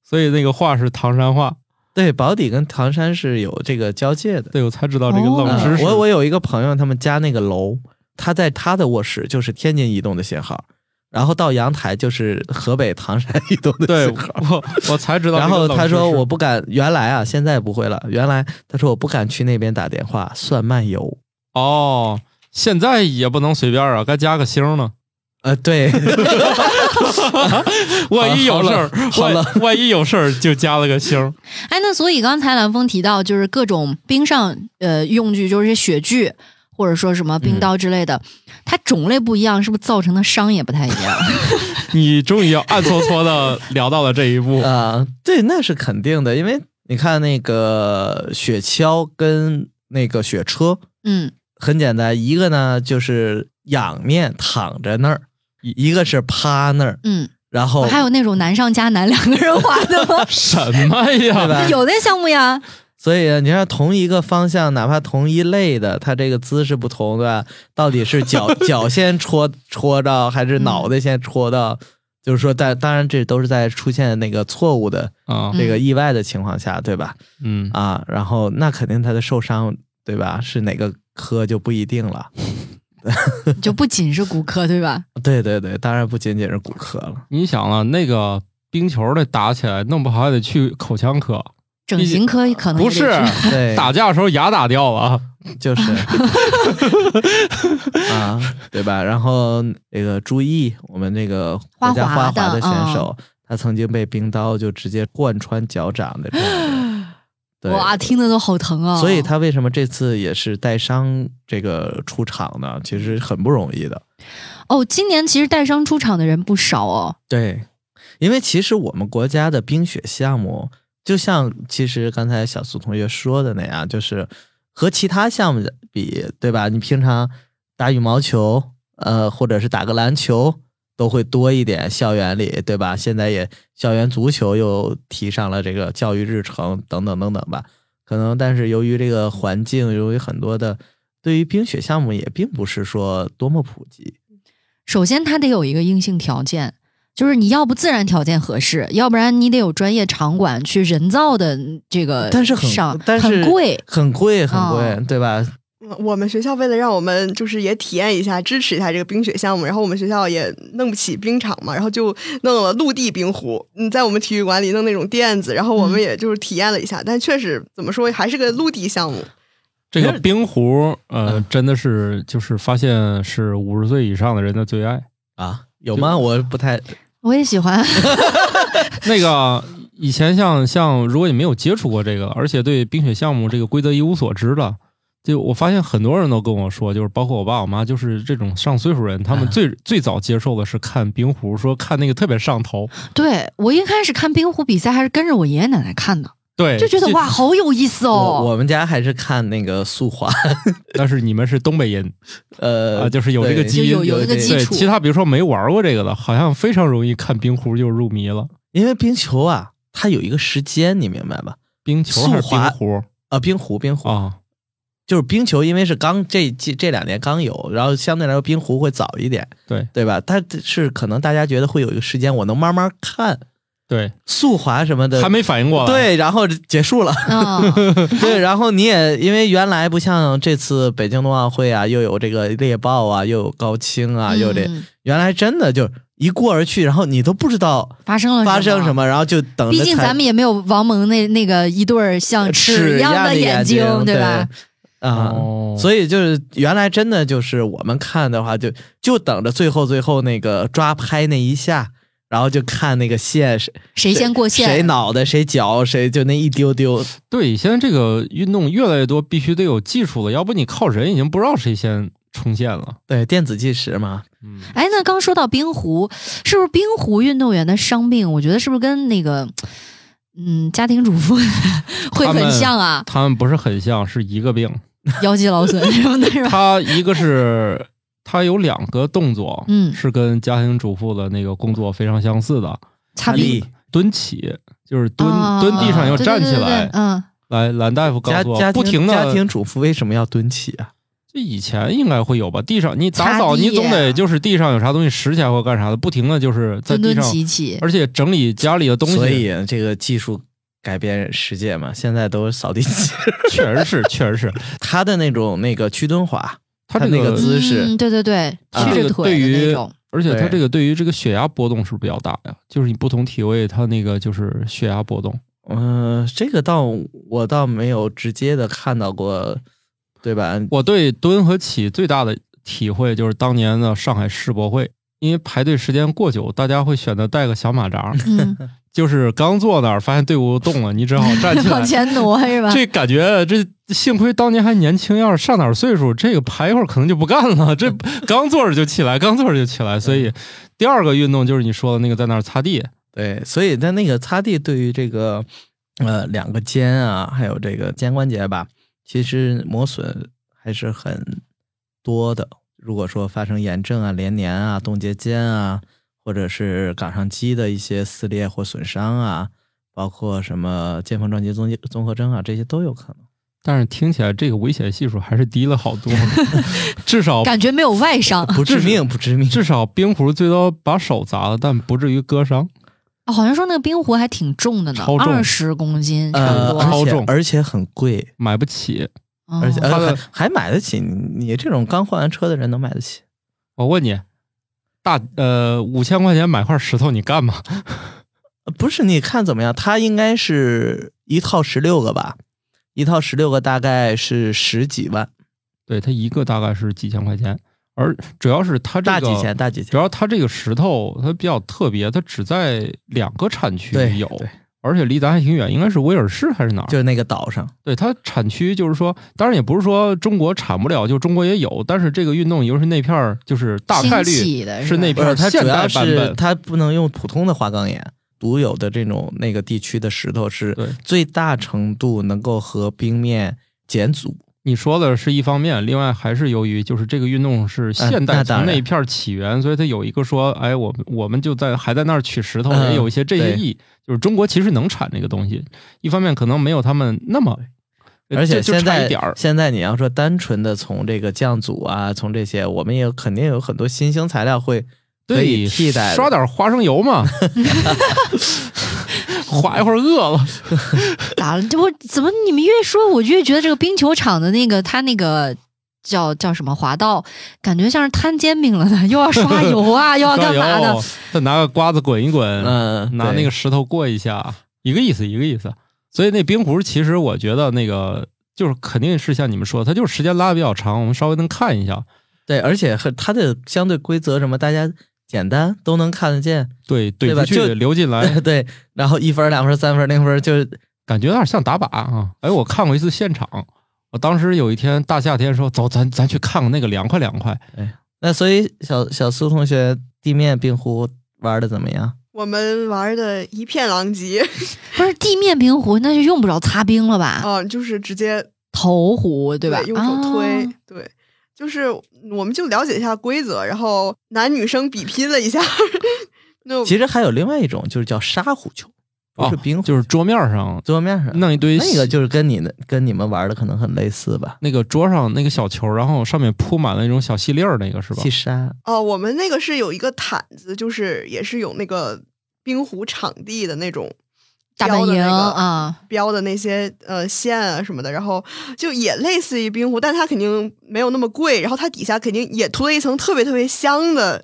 Speaker 3: 所以那个话是唐山话。
Speaker 1: 对，宝坻跟唐山是有这个交界的。
Speaker 3: 对，我才知道这个
Speaker 2: 哦
Speaker 3: 冷知
Speaker 1: 嗯
Speaker 3: 识。
Speaker 1: 我我有一个朋友，他们家那个楼，他在他的卧室就是天津移动的信号，然后到阳台就是河北唐山移动的
Speaker 3: 对
Speaker 1: 信号。
Speaker 3: 我我才知道。
Speaker 1: 然后他说我，不敢，原来啊，现在不会了。原来他说我不敢去那边打电话，算漫游。
Speaker 3: 哦，现在也不能随便啊，该加个 星呢。
Speaker 1: 呃，对，
Speaker 3: 万一有事儿，
Speaker 1: 好了
Speaker 3: 万万一有事儿就加了个星。
Speaker 2: 哎，那所以刚才蓝峰提到，就是各种冰上呃用具，就是雪具或者说什么冰
Speaker 1: 嗯
Speaker 2: 刀之类的，它种类不一样，是不是造成的伤也不太一 样？
Speaker 3: 你终于要暗搓搓的聊到了这 一 步。
Speaker 1: 啊、对，那是肯定的，因为你看那个雪橇跟那个雪车，
Speaker 2: 嗯，
Speaker 1: 很简单，一个呢就是仰面躺着那儿，一一个是趴那儿，
Speaker 2: 嗯，
Speaker 1: 然后
Speaker 2: 还有那种难上加难，两个人滑的吗？
Speaker 3: 什么
Speaker 1: 对
Speaker 3: 呀？
Speaker 1: 吧？
Speaker 2: 有那项目呀，
Speaker 1: 所以你看同一个方向，哪怕同一类的，它这个姿势不同，对吧？到底是脚 脚先戳戳到，还是脑袋先戳到？就是说在，当然这都是在出现那个错误的
Speaker 3: 啊，
Speaker 1: 这
Speaker 2: 嗯
Speaker 1: 个意外的情况下，对吧？
Speaker 3: 嗯，
Speaker 1: 啊，然后那肯定他的受伤，对吧？是哪个科就不一定了。
Speaker 2: 就不仅是骨科对吧？
Speaker 1: 对对对，当然不仅仅是骨科 了。
Speaker 3: 你想啊，那个冰球的打起来，弄不好还得去口腔科。
Speaker 2: 整形科可能也
Speaker 3: 不
Speaker 2: 得
Speaker 3: 是
Speaker 2: 去
Speaker 1: 对，
Speaker 3: 打架的时候牙打掉了啊。
Speaker 1: 就是 啊，对吧？然后那个朱毅，我们那个国家
Speaker 2: 花
Speaker 1: 花
Speaker 2: 滑
Speaker 1: 滑
Speaker 2: 的
Speaker 1: 的
Speaker 2: 嗯
Speaker 1: 选手，他曾经被冰刀就直接贯穿脚掌的这 样的对，
Speaker 2: 哇，听的都好疼啊！
Speaker 1: 所以他为什么这次也是带伤这个出场呢？其实很不容易的。
Speaker 2: 哦，今年其实带伤出场的人不少哦。
Speaker 1: 对，因为其实我们国家的冰雪项目，就像其实刚才小苏同学说的那样，就是和其他项目比，对吧？你平常打羽毛球，呃，或者是打个篮球，都会多一点校园里，对吧？现在也校园足球又提上了这个教育日程，等等等等吧。可能但是由于这个环境，由于很多的。对于冰雪项目也并不是说多么普及，
Speaker 2: 首先，它得有一个硬性条件，就是你要不自然条件合适，要不然你得有专业场馆去人造的这个
Speaker 1: 但是很
Speaker 2: 上，
Speaker 1: 但是
Speaker 2: 呃 很贵。
Speaker 1: 很贵，很贵，
Speaker 2: 哦
Speaker 1: 对吧？
Speaker 4: 我们学校为了让我们就是也体验一下、支持一下这个冰雪项目，然后我们学校也弄不起冰场嘛，然后就弄了陆地冰壶。嗯，在我们体育馆里弄那种垫子，然后
Speaker 2: 嗯
Speaker 4: 我们也就是体验了一下，但确实怎么说还是个陆地项目。
Speaker 3: 这 个冰壶，呃，真的是就是发现是五十岁以上的人的最爱。
Speaker 1: 啊，有吗？
Speaker 3: 就
Speaker 1: 我不太
Speaker 2: 我也喜欢，
Speaker 3: 那个以前像像，如果你没有接触过这个，而且对冰雪项目这个规则一无所知的，就我发现很多人都跟我说，就是包括我爸我妈，就是这种上岁数人，他
Speaker 2: 啊
Speaker 3: 们
Speaker 1: 嗯
Speaker 3: 最、最早接受的是看冰壶，说看那个特别上头，
Speaker 2: 对我一开始看冰壶比赛还是跟着我爷爷奶奶看的，
Speaker 3: 对，
Speaker 2: 就觉得哇，，好有意思
Speaker 1: 我
Speaker 2: 哦。
Speaker 1: 我们家还是看那个速滑，
Speaker 3: 但是你们是东北人啊、
Speaker 1: 呃，
Speaker 3: 就是有这个
Speaker 1: 对
Speaker 3: 基因，
Speaker 2: 有有这个基
Speaker 3: 对，
Speaker 2: 础
Speaker 3: 其他比如说没玩过这个的，好像非常容易看冰壶就入迷了。
Speaker 1: 因为冰球啊，它有一个时间，你明白吧？
Speaker 3: 冰球还是
Speaker 1: 速
Speaker 3: 冰
Speaker 1: 滑
Speaker 3: 壶
Speaker 1: 啊，冰壶，冰壶，
Speaker 3: 啊？
Speaker 1: 就是冰球，因为是刚这这这两年刚有，然后相对来说冰壶会早一点，
Speaker 3: 对
Speaker 1: 对吧？它是可能大家觉得会有一个时间，我能慢慢看
Speaker 3: 对，
Speaker 1: 速滑什么的，
Speaker 3: 还没反应过来。，
Speaker 1: 对，然后结束了。
Speaker 2: 嗯，
Speaker 1: 对，然后你也因为原来不像这次北京冬奥会啊，又有这个猎豹啊，又有高清 啊，又有这
Speaker 2: 嗯
Speaker 1: 原来真的就一过而去，然后你都不知道
Speaker 2: 发生了
Speaker 1: 发生什
Speaker 2: 么？
Speaker 1: 么，然后就等着
Speaker 2: 毕竟
Speaker 1: 才
Speaker 2: 咱们也没有王蒙那那个一对儿像
Speaker 1: 尺
Speaker 2: 一
Speaker 1: 样
Speaker 2: 样的
Speaker 1: 眼
Speaker 2: 睛，
Speaker 1: 对
Speaker 2: 吧？？
Speaker 1: 啊、
Speaker 3: 哦，
Speaker 1: 所以就是原来真的就是我们看的话就，就等着最后最后那个抓拍那一下。然后就看那个线谁
Speaker 2: 谁先过线？
Speaker 1: 谁脑袋谁脚谁就那一丢丢，
Speaker 3: 对，现在这个运动越来越多，必须得有技术了，要不你靠人已经不知道谁先冲线了。
Speaker 1: 对电子计时嘛，
Speaker 3: 嗯，
Speaker 2: 哎，那刚说到冰壶，是不是冰壶运动员的伤病？我觉得是不是跟那个，嗯，家庭主妇 会
Speaker 3: 他
Speaker 2: 很
Speaker 3: 们
Speaker 2: 像啊？
Speaker 3: 他们不是很像，是一个病。
Speaker 2: 腰肌劳损什么的，是吧？
Speaker 3: 他一个是他有两个动作，
Speaker 2: 嗯
Speaker 3: 是跟家庭主妇的那个工作非常相似的，
Speaker 2: 擦
Speaker 1: 力
Speaker 2: 冰，
Speaker 3: 蹲起就是蹲、
Speaker 2: 啊
Speaker 3: 蹲地上要
Speaker 2: 对对
Speaker 3: 站
Speaker 2: 对
Speaker 3: 起
Speaker 2: 对对
Speaker 3: 来。
Speaker 2: 嗯，
Speaker 3: 来，蓝大夫告
Speaker 1: 家
Speaker 3: 诉
Speaker 1: 家
Speaker 3: 我，
Speaker 1: 庭
Speaker 3: 不停
Speaker 1: 家
Speaker 3: 的，
Speaker 1: 庭主妇为什么要蹲起啊？
Speaker 3: 就以前应该会有吧。地上你打
Speaker 2: 擦
Speaker 3: 扫，
Speaker 2: 地
Speaker 3: 你总得
Speaker 2: 呀
Speaker 3: 就是地上有啥东西拾起来或干啥的，不停的就是在
Speaker 2: 蹲
Speaker 3: 地
Speaker 2: 蹲
Speaker 3: 上，
Speaker 2: 起起，
Speaker 3: 而且整理家里的东西。
Speaker 1: 所以这个技术改变世界嘛，现在都是扫地 机，
Speaker 3: 确实是，确 实是，
Speaker 1: 他的那种那个屈蹲法，
Speaker 3: 他这
Speaker 1: 那个姿势
Speaker 2: 嗯，对对对，
Speaker 1: 啊
Speaker 2: 曲
Speaker 3: 这
Speaker 2: 着
Speaker 3: 个
Speaker 2: 腿
Speaker 3: 对
Speaker 2: 的
Speaker 3: 于
Speaker 2: 那种，
Speaker 3: 而且它
Speaker 1: 对
Speaker 3: 这个对于这个血压波动是不是比较大呀？就是你不同体位，它那个就是血压波动。
Speaker 1: 嗯、这个倒我倒没有直接的看到过，对吧？
Speaker 3: 我对蹲和起最大的体会就是当年的上海世博会，因为排队时间过久，大家会选择带个小马扎，
Speaker 2: 嗯，
Speaker 3: 就是刚坐那儿发现队伍动了，你只好站起来
Speaker 2: 往。前挪是吧？
Speaker 3: 这感觉，这幸亏当年还年轻，要是上点儿岁数，这个排一会儿可能就不干了。这
Speaker 2: 嗯
Speaker 3: 刚坐着就起来，刚坐着就起来。所以，第二个运动就是你说的那个在那儿擦地，
Speaker 1: 对，所以在那个擦地对于这个呃两个肩啊，还有这个肩关节吧，其实磨损还是很多的。如果说发生炎症啊、连年啊、冻结肩啊，或者是冈上肌的一些撕裂或损伤啊，包括什么肩峰撞击综综合征啊，这些都有可能。
Speaker 3: 但是听起来这个危险系数还是低了好 多，至少
Speaker 2: 感觉没有外伤
Speaker 1: 不致命， 不致命。
Speaker 3: 至少冰壶最多把手砸了，但不至于割伤。
Speaker 2: 哦，好像说那个冰壶还挺重的呢
Speaker 3: 超，重嗯
Speaker 2: 二十公斤差不
Speaker 1: 呃，
Speaker 2: 多。
Speaker 1: 而
Speaker 3: 超
Speaker 1: 且
Speaker 3: 重
Speaker 1: 而且很贵，
Speaker 3: 买不起。
Speaker 2: 嗯
Speaker 1: 而且、
Speaker 3: 它的
Speaker 1: 呃、还还买得起。你你这种刚换完车的人能买得起？
Speaker 3: 我问你，大呃五千块钱买块石头你干吗？
Speaker 1: 呃不是，你看怎么样？它应该是一套十六个吧，一套十六个大概是十几万，
Speaker 3: 对，它一个大概是几千块钱，而主要是它这
Speaker 1: 大
Speaker 3: 个
Speaker 1: 几千，大几
Speaker 3: 主
Speaker 1: 千。
Speaker 3: 要它这个石头它比较特别，它只在两个产区
Speaker 1: 对，
Speaker 3: 有。啊
Speaker 1: 对
Speaker 3: 而且离咱还挺远，应该是威尔士还是哪儿？
Speaker 1: 就是那个岛上，
Speaker 3: 对，它产区就是说，当然也不是说中国产不了，就中国也有，但是这个运动由是那片儿就是大概
Speaker 2: 兴
Speaker 3: 率
Speaker 2: 起的
Speaker 3: 是
Speaker 2: 吧
Speaker 3: 那
Speaker 1: 不
Speaker 3: 边
Speaker 1: 是呃它
Speaker 3: 现
Speaker 1: 主要
Speaker 3: 代版
Speaker 1: 是
Speaker 3: 本
Speaker 1: 它不能用普通的花岗岩，独有的这种那个地区的石头是
Speaker 3: 对
Speaker 1: 最大程度能够和冰面减阻。
Speaker 3: 你说的是一方面，另外还是由于就是这个运动是现
Speaker 1: 嗯那
Speaker 3: 代
Speaker 1: 当
Speaker 3: 从
Speaker 1: 然
Speaker 3: 那一片儿起源，所以它有一个说，哎，我们我们就在还在那儿取石头，
Speaker 1: 嗯
Speaker 3: 也有一些这些
Speaker 1: 对
Speaker 3: 意义。就是中国其实能产这个东西，一方面可能没有他们那么，呃
Speaker 1: 而且
Speaker 3: 就就
Speaker 1: 现
Speaker 3: 差一
Speaker 1: 在
Speaker 3: 点儿，
Speaker 1: 现在你要说单纯的从这个降阻啊，从这些，我们也有肯定有很多新兴材料会可以
Speaker 3: 对，
Speaker 1: 替代的。
Speaker 3: 刷点花生油 嘛， 划一会儿饿了，
Speaker 2: 打了，这我怎么你们越说，我越觉得这个冰球场的那个它那个叫叫什么滑道，感觉像是摊煎饼了呢，又要刷油啊，又要
Speaker 3: 加
Speaker 2: 干嘛的
Speaker 3: 油，，再拿个瓜子滚一滚，
Speaker 1: 嗯，
Speaker 3: 拿
Speaker 1: 对
Speaker 3: 那个石头过一下，一个意思，一个意思。所以那冰壶其实我觉得那个就是肯定是像你们说，它就是时间拉的比较长，我们稍微能看一下。
Speaker 1: 对，而且和它的相对规则什么，大家简单都能看得见。
Speaker 3: 对，
Speaker 1: 对
Speaker 3: 怼
Speaker 1: 吧
Speaker 3: 出去
Speaker 1: 就
Speaker 3: 流 进来，
Speaker 1: 对，然后一分儿、两分儿、三分儿、零分儿，就是
Speaker 3: 感觉有点像打靶啊！哎，我看过一次现场，我当时有一天大夏天说走，咱咱去看看那个凉快凉快。
Speaker 1: 那所以小小苏同学地面冰壶玩的怎么样？
Speaker 4: 我们玩的一片狼藉，
Speaker 2: 不是地面冰壶，那就用不着擦冰了吧？
Speaker 4: 啊，就是直接
Speaker 2: 头壶 对吧？
Speaker 4: 用手推，
Speaker 2: 啊
Speaker 4: 对，就是我们就了解一下规则，然后男女生比拼了一下。那
Speaker 1: 其实还有另外一种，就是叫沙虎球，不
Speaker 3: 哦
Speaker 1: 是冰，
Speaker 3: 就是桌面上
Speaker 1: 桌面上
Speaker 3: 弄一堆
Speaker 1: 那个，就是跟你的跟你们玩的可能很类似吧？
Speaker 3: 那个桌上那个小球，然后上面铺满了那种小细粒儿，那个是吧
Speaker 1: 细？沙，
Speaker 4: 哦，我们那个是有一个毯子，就是也是有那个冰壶场地的那种
Speaker 2: 大
Speaker 4: 标
Speaker 2: 本
Speaker 4: 的
Speaker 2: 营
Speaker 4: 那个
Speaker 2: 啊，
Speaker 4: 标的那些呃线啊什么的，然后就也类似于冰壶，但它肯定没有那么贵，然后它底下肯定也涂了一层特别特别香的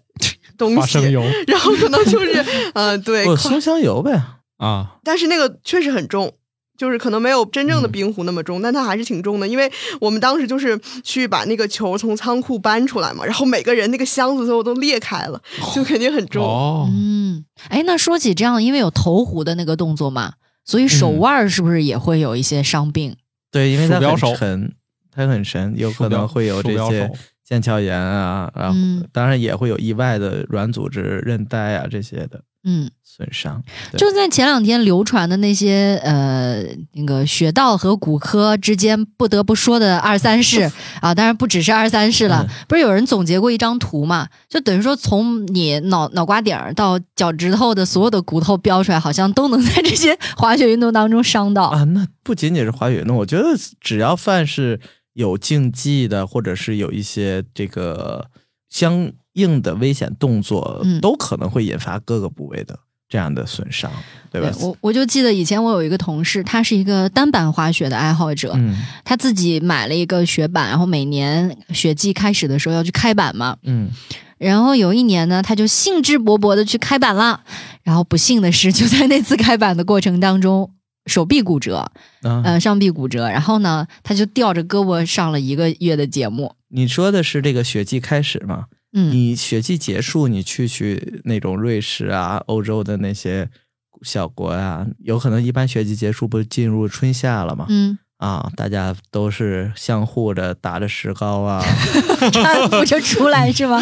Speaker 4: 东
Speaker 3: 花生
Speaker 4: 西，
Speaker 3: 油
Speaker 4: 然后可能就是嗯、呃 对，
Speaker 1: 哦，松香油呗。
Speaker 3: 啊，
Speaker 4: 但是那个确实很重，就是可能没有真正的冰壶那么重，但它还是挺重的。因为我们当时就是去把那个球从仓库搬出来嘛，然后每个人那个箱子最后都裂开了，就肯定很重。
Speaker 3: 哦，
Speaker 2: 嗯，哎，那说起这样，因为有头壶的那个动作嘛，所以
Speaker 3: 嗯
Speaker 2: 手腕儿是不是也会有一些伤病？
Speaker 1: 对，因为它
Speaker 3: 鼠标
Speaker 1: 很
Speaker 3: 手
Speaker 1: 沉，它很沉，有
Speaker 3: 鼠
Speaker 1: 可
Speaker 3: 标
Speaker 1: 能会有
Speaker 3: 鼠
Speaker 1: 这
Speaker 3: 标
Speaker 1: 些
Speaker 3: 手
Speaker 1: 腱鞘炎啊，然后
Speaker 2: 嗯
Speaker 1: 当然也会有意外的软组织、韧带啊这些的
Speaker 2: 嗯，
Speaker 1: 损伤。对
Speaker 2: 就在前两天流传的那些呃那个穴道和骨科之间不得不说的二 三事啊，当然不只是二三事了，
Speaker 1: 嗯
Speaker 2: 不是有人总结过一张图嘛？就等于说从你脑脑瓜顶儿到脚趾头的所有的骨头标出来，好像都能在这些滑雪运动当中伤到。
Speaker 1: 啊，那不仅仅是滑雪运动，我觉得只要凡是有竞技的，或者是有一些这个相应的危险动作，
Speaker 2: 嗯
Speaker 1: 都可能会引发各个部位的这样的损伤，对吧？
Speaker 2: 我我就记得以前我有一个同事，他是一个单板滑雪的爱好者，
Speaker 1: 嗯
Speaker 2: 他自己买了一个雪板，然后每年雪季开始的时候要去开板嘛。
Speaker 1: 嗯，
Speaker 2: 然后有一年呢，他就兴致勃勃的去开板了，然后不幸的是，就在那次开板的过程当中，手臂骨折，
Speaker 1: 啊，
Speaker 2: 呃，上臂骨折，然后呢，他就吊着胳膊上了一个月的节目。
Speaker 1: 你说的是这个雪季开始吗？
Speaker 2: 嗯，
Speaker 1: 你雪季结束，你去去那种瑞士啊、欧洲的那些小国啊，有可能一般雪季结束不是进入春夏了吗？
Speaker 2: 嗯，
Speaker 1: 啊，大家都是相互着打着石膏啊，
Speaker 2: 搀扶嗯着出来是吗？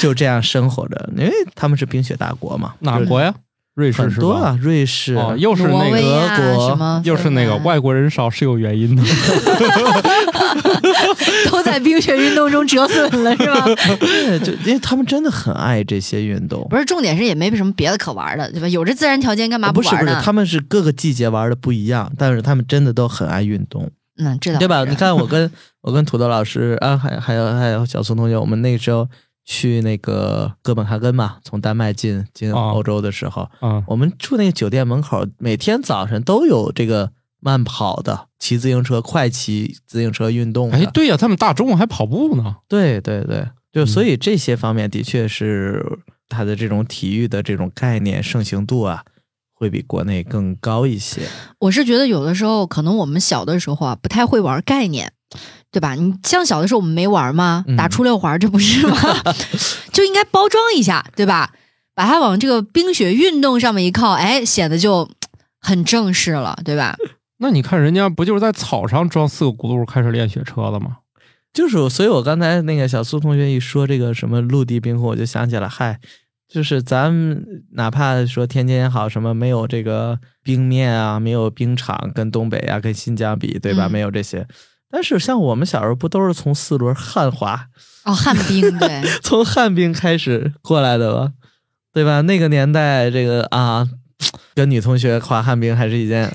Speaker 1: 就这样生活着，因为他们是冰雪大国嘛，
Speaker 3: 哪
Speaker 1: 就是
Speaker 3: 国呀？瑞士
Speaker 1: 很
Speaker 3: 是
Speaker 1: 多
Speaker 3: 吧？
Speaker 1: 啊，瑞士、
Speaker 3: 哦，又是
Speaker 2: 挪
Speaker 3: 那
Speaker 2: 威
Speaker 3: 个，
Speaker 2: 呀、
Speaker 1: 俄国
Speaker 2: 什么，
Speaker 3: 又是那个，外国人少是有 原因的。
Speaker 2: 都在冰雪运动中折损了 是吧？
Speaker 1: 对，就因为他们真的很爱这些运动。
Speaker 2: 不是，重点是也没什么别的可玩的，对吧？有这自然条件干嘛
Speaker 1: 不是
Speaker 2: 玩
Speaker 1: 不是
Speaker 2: 呢？，
Speaker 1: 他们是各个季节玩的不一样，但是他们真的都很爱运动。
Speaker 2: 嗯，这倒
Speaker 1: 对吧？
Speaker 2: 是
Speaker 1: 你看 我跟我跟土豆老师啊，还还有还有小松同学，我们那个时候去那个哥本哈根嘛，从丹麦进进
Speaker 3: 哦
Speaker 1: 欧洲的时候，
Speaker 3: 啊，
Speaker 1: 我们住那个酒店门口，每天早晨都有这个慢跑的、骑自行车、快骑自行车运动的。
Speaker 3: 哎，对呀，他们大中午还跑步呢。
Speaker 1: 对对对，就所以这些方面的确是它的这种体育的这种概念盛行度啊，会比国内更高一些。
Speaker 2: 我是觉得有的时候，可能我们小的时候啊，不太会玩概念，对吧？你像小的时候我们没玩吗？
Speaker 1: 嗯
Speaker 2: 打出溜滑儿这不是吗？ 就应该包装一下，对吧？把它往这个冰雪运动上面一靠，哎，显得就很正式了，对吧？
Speaker 3: 那你看人家不就是在草上装四个轱辘开始练雪车了吗？
Speaker 1: 就是，所以我刚才那个小苏同学一说这个什么陆地冰壶，我就想起了，嗨，就是咱们哪怕说天津也好，什么没有这个冰面啊，没有冰场，跟东北啊、跟新疆比，对吧？
Speaker 2: 嗯
Speaker 1: 没有这些。但是像我们小时候不都是从四轮旱滑，
Speaker 2: 哦，旱冰， 对，
Speaker 1: 从旱冰开始过来的吗？对吧？那个年代，这个啊，跟女同学滑旱冰还是一件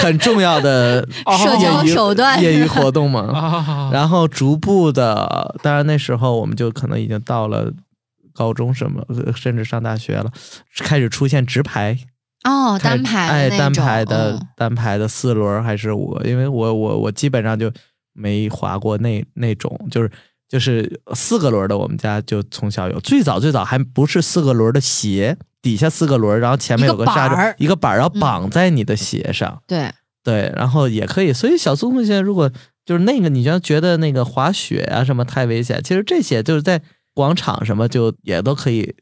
Speaker 1: 很重要的
Speaker 2: 社交
Speaker 1: 业余
Speaker 2: 手段
Speaker 1: 业余活动嘛。
Speaker 3: 啊，
Speaker 1: 然后逐步的，当然那时候我们就可能已经到了高中什么，呃甚至上大学了，开始出现直排，
Speaker 2: 哦，
Speaker 1: 开
Speaker 2: 单排
Speaker 1: 哎
Speaker 2: 的那
Speaker 1: 单
Speaker 2: 种，
Speaker 1: 排的、
Speaker 2: 嗯
Speaker 1: 单排的四轮儿还是五个，因为我我我基本上就没滑过那那种，就是就是四个轮儿的，我们家就从小有，最早最早还不是四个轮儿的鞋，底下四个轮儿，然后前面
Speaker 2: 一
Speaker 1: 有
Speaker 2: 个
Speaker 1: 个刹车
Speaker 2: 板儿，
Speaker 1: 一个板儿，然后
Speaker 2: 嗯
Speaker 1: 绑在你的鞋上。
Speaker 2: 对，
Speaker 1: 对，然后也可以。所以小松同学，如果就是那个，你要觉得那个滑雪啊什么太危险，其实这些就是在广场什么就也都可以。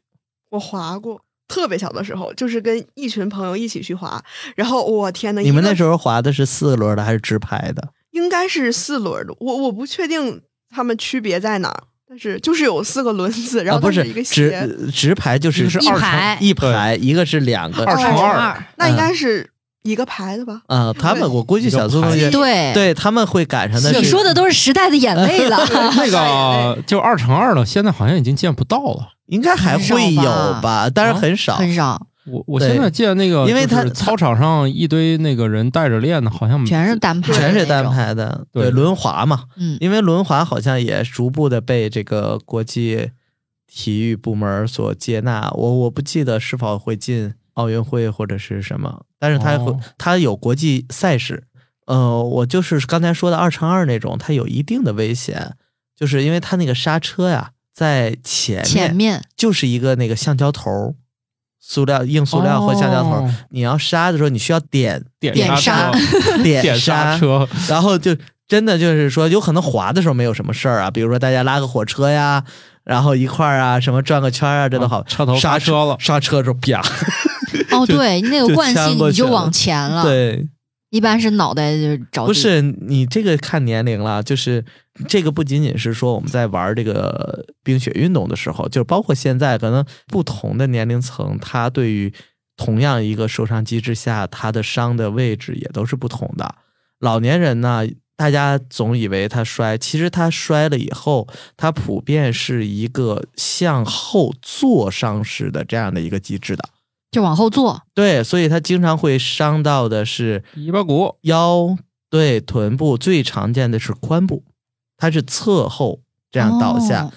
Speaker 4: 我滑过，特别小的时候，就是跟一群朋友一起去滑，然后我天呐，
Speaker 1: 你们那时
Speaker 4: 候
Speaker 1: 候滑的是四轮的还是直排的？
Speaker 4: 应该是四轮的，我我不确定他们区别在哪儿，但是就是有四个轮子，
Speaker 1: 啊，
Speaker 4: 然后
Speaker 1: 不
Speaker 4: 它
Speaker 1: 是
Speaker 4: 一个
Speaker 1: 直
Speaker 4: 斜，
Speaker 1: 直排，就
Speaker 3: 一
Speaker 1: 是
Speaker 3: 个是
Speaker 2: 一
Speaker 3: 二
Speaker 2: 排
Speaker 3: 乘
Speaker 1: 一排，一个是两个
Speaker 3: 二乘
Speaker 2: 乘
Speaker 3: 二
Speaker 2: 二，
Speaker 4: 那应该是一个排的吧？
Speaker 1: 啊。他们我估计
Speaker 3: 一个
Speaker 1: 小松同
Speaker 3: 排
Speaker 1: 学
Speaker 2: 对。
Speaker 1: 对他们会赶上的是。
Speaker 2: 你说的都是时代的眼 泪了，
Speaker 3: 那
Speaker 4: 哎
Speaker 2: 哎
Speaker 3: 个就二乘二了，现在好像已经见不到了。
Speaker 1: 应该还会
Speaker 2: 很
Speaker 1: 有
Speaker 2: 少吧
Speaker 1: 吧，当然
Speaker 3: 啊
Speaker 1: 很少。
Speaker 2: 很少，
Speaker 3: 我我
Speaker 1: 对
Speaker 3: 现在见那个，
Speaker 1: 因为他
Speaker 3: 就是操场上一堆那个人带着练的，好像
Speaker 2: 全是单
Speaker 1: 嗯
Speaker 2: 排，
Speaker 1: 全是单，排的，对
Speaker 3: 对
Speaker 1: 轮滑嘛，
Speaker 2: 嗯，
Speaker 1: 因为轮滑好像也逐步的被这个国际体育部门所接纳。我我不记得是否会进奥运会或者是什么，但是它会、
Speaker 3: 哦
Speaker 1: 它有国际赛事。呃，我就是刚才说的二乘二那种，它有一定的危险，就是因为它那个刹车呀，在前面
Speaker 2: 前面
Speaker 1: 就是一个那个橡胶头儿，塑料硬塑料或橡胶头儿。
Speaker 3: 哦
Speaker 1: 你要刹的时候，你需要点
Speaker 3: 点
Speaker 2: 点
Speaker 3: 刹
Speaker 2: 刹
Speaker 3: 车，
Speaker 1: 点
Speaker 3: 点刹车，
Speaker 1: 然后就真的就是说，有可能滑的时候没有什么事儿啊，比如说大家拉个火车呀，然后一块儿啊，什么转个圈儿啊，这都好。
Speaker 3: 啊车头
Speaker 1: 刹
Speaker 3: 刹车了
Speaker 1: 刹车的时候啪，
Speaker 2: 哦，对，那
Speaker 1: 就
Speaker 2: 个惯
Speaker 1: 呛
Speaker 2: 性
Speaker 1: 过
Speaker 2: 你
Speaker 1: 去
Speaker 2: 就
Speaker 1: 了
Speaker 2: 往前了，
Speaker 1: 对，
Speaker 2: 一般是脑袋就是着地
Speaker 1: 不是你这个看年龄了，就是这个不仅仅是说我们在玩这个冰雪运动的时候，就是包括现在可能不同的年龄层，它对于同样一个受伤机制下，它的伤的位置也都是不同的。老年人呢，大家总以为他摔，其实他摔了以后，他普遍是一个向后坐伤势的这样的一个机制的。
Speaker 2: 就往后坐，
Speaker 1: 对，所以他经常会伤到的是
Speaker 3: 尾巴骨
Speaker 1: 腰对臀部最常见的是髋部，它是侧后这样倒下，
Speaker 2: 哦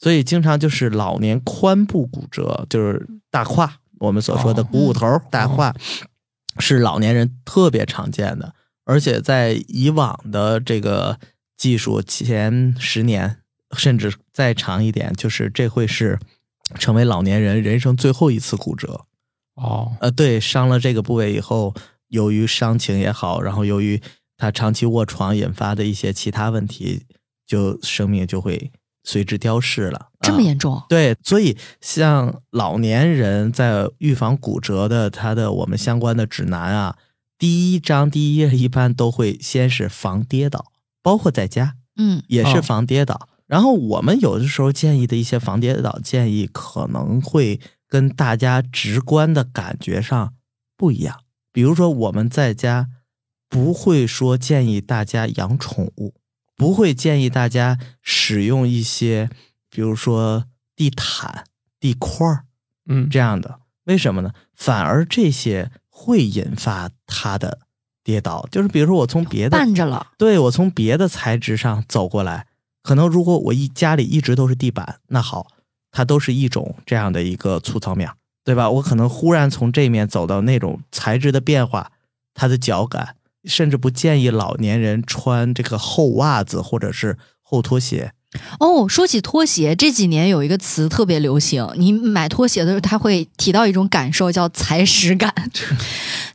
Speaker 1: 所以经常就是老年髋部骨折，就是大胯，我们所说的
Speaker 3: 哦
Speaker 1: 股骨头、大胯，是老年人特别常见的，而且在以往的这个技术前十年，甚至再长一点，就是这会是成为老年人人生最后一次骨折。
Speaker 3: 哦，
Speaker 1: 呃，对，伤了这个部位以后，由于伤情也好，然后由于他长期卧床引发的一些其他问题，就生命就会随之凋逝了。
Speaker 2: 这
Speaker 1: 啊
Speaker 2: 么严重？
Speaker 1: 对，所以像老年人在预防骨折的，他的我们相关的指南啊，第一章第一页一般都会先是防跌倒，包括在家
Speaker 2: 嗯，
Speaker 1: 也是
Speaker 3: 哦
Speaker 1: 防跌倒。然后我们有的时候建议的一些防跌倒建议，可能会跟大家直观的感觉上不一样。比如说我们在家不会说建议大家养宠物，不会建议大家使用一些，比如说地毯、地块儿
Speaker 3: 嗯，
Speaker 1: 这样的。为什么呢？反而这些会引发他的跌倒。就是比如说我从别 的
Speaker 2: 绊着了，
Speaker 1: 对我从别的材质上走过来，可能如果我一家里一直都是地板，那好，它都是一种这样的一个粗糙面儿，对吧？我可能忽然从这面走到那种材质的变化，它的脚感，甚至不建议老年人穿这个厚袜子或者是厚拖鞋。
Speaker 2: 哦，说起拖鞋，这几年有一个词特别流行，你买拖鞋的时候，他会提到一种感受叫踩屎感。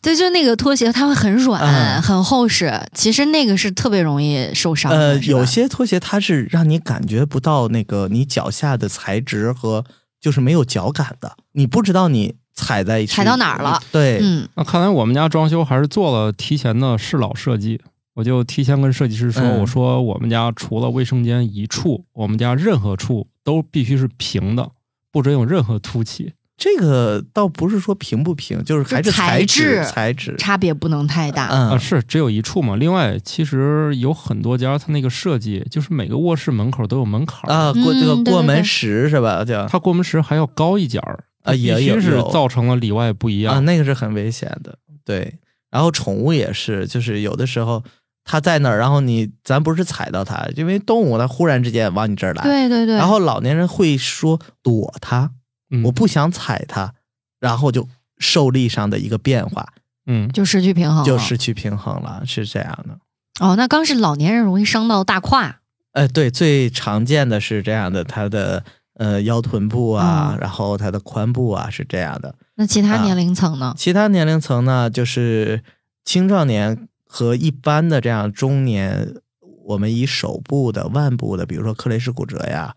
Speaker 2: 对，就那个拖鞋，它会很软、
Speaker 1: 嗯
Speaker 2: 很厚实，其实那个是特别容易受伤的。
Speaker 1: 呃，
Speaker 2: 是吧
Speaker 1: 有些拖鞋它是让你感觉不到那个你脚下的材质和就是没有脚感的，你不知道你踩在
Speaker 2: 踩到哪儿了。
Speaker 1: 对，
Speaker 2: 嗯，
Speaker 3: 那看来我们家装修还是做了提前的适老设计。我就提前跟设计师说，
Speaker 1: 嗯
Speaker 3: 我说我们家除了卫生间一处，我们家任何处都必须是平的，不准有任何凸起。
Speaker 1: 这个倒不是说平不平，就是还是
Speaker 2: 就材
Speaker 1: 质
Speaker 2: 质
Speaker 1: 材质。
Speaker 2: 差别不能太大。
Speaker 3: 啊，
Speaker 1: 嗯，
Speaker 3: 是只有一处嘛。另外，其实有很多家它那个设计，就是每个卧室门口都有门槛儿，
Speaker 1: 啊，过这个
Speaker 2: 嗯对
Speaker 1: 过
Speaker 2: 对
Speaker 1: 门
Speaker 2: 对
Speaker 1: 石是吧？叫
Speaker 3: 它过门时还要高一截儿
Speaker 1: 啊也
Speaker 3: 必
Speaker 1: 有
Speaker 3: 须是
Speaker 1: 有
Speaker 3: 造成了里外不一
Speaker 1: 啊，
Speaker 3: 样。
Speaker 1: 那个是很危险的。对，然后宠物也是，就是有的时候它在那儿，然后你咱不是踩到它，因为动物它忽然之间往你这儿来，
Speaker 2: 对对对，
Speaker 1: 然后老年人会说躲它，
Speaker 3: 嗯，
Speaker 1: 我不想踩它，然后就受力上的一个变化，
Speaker 3: 嗯，
Speaker 2: 就失去平衡了。
Speaker 1: 就失去平衡了，是这样的。
Speaker 2: 哦，那刚是老年人容易伤到大胯，
Speaker 1: 呃，对，最常见的是这样的，它的呃腰臀部啊，
Speaker 2: 嗯
Speaker 1: 然后它的髋部啊是这样的。
Speaker 2: 那其他
Speaker 1: 啊
Speaker 2: 年龄层呢？
Speaker 1: 其他年龄层呢，就是青壮年和一般的这样中年，我们以手部的、腕部的，比如说克雷氏骨折呀，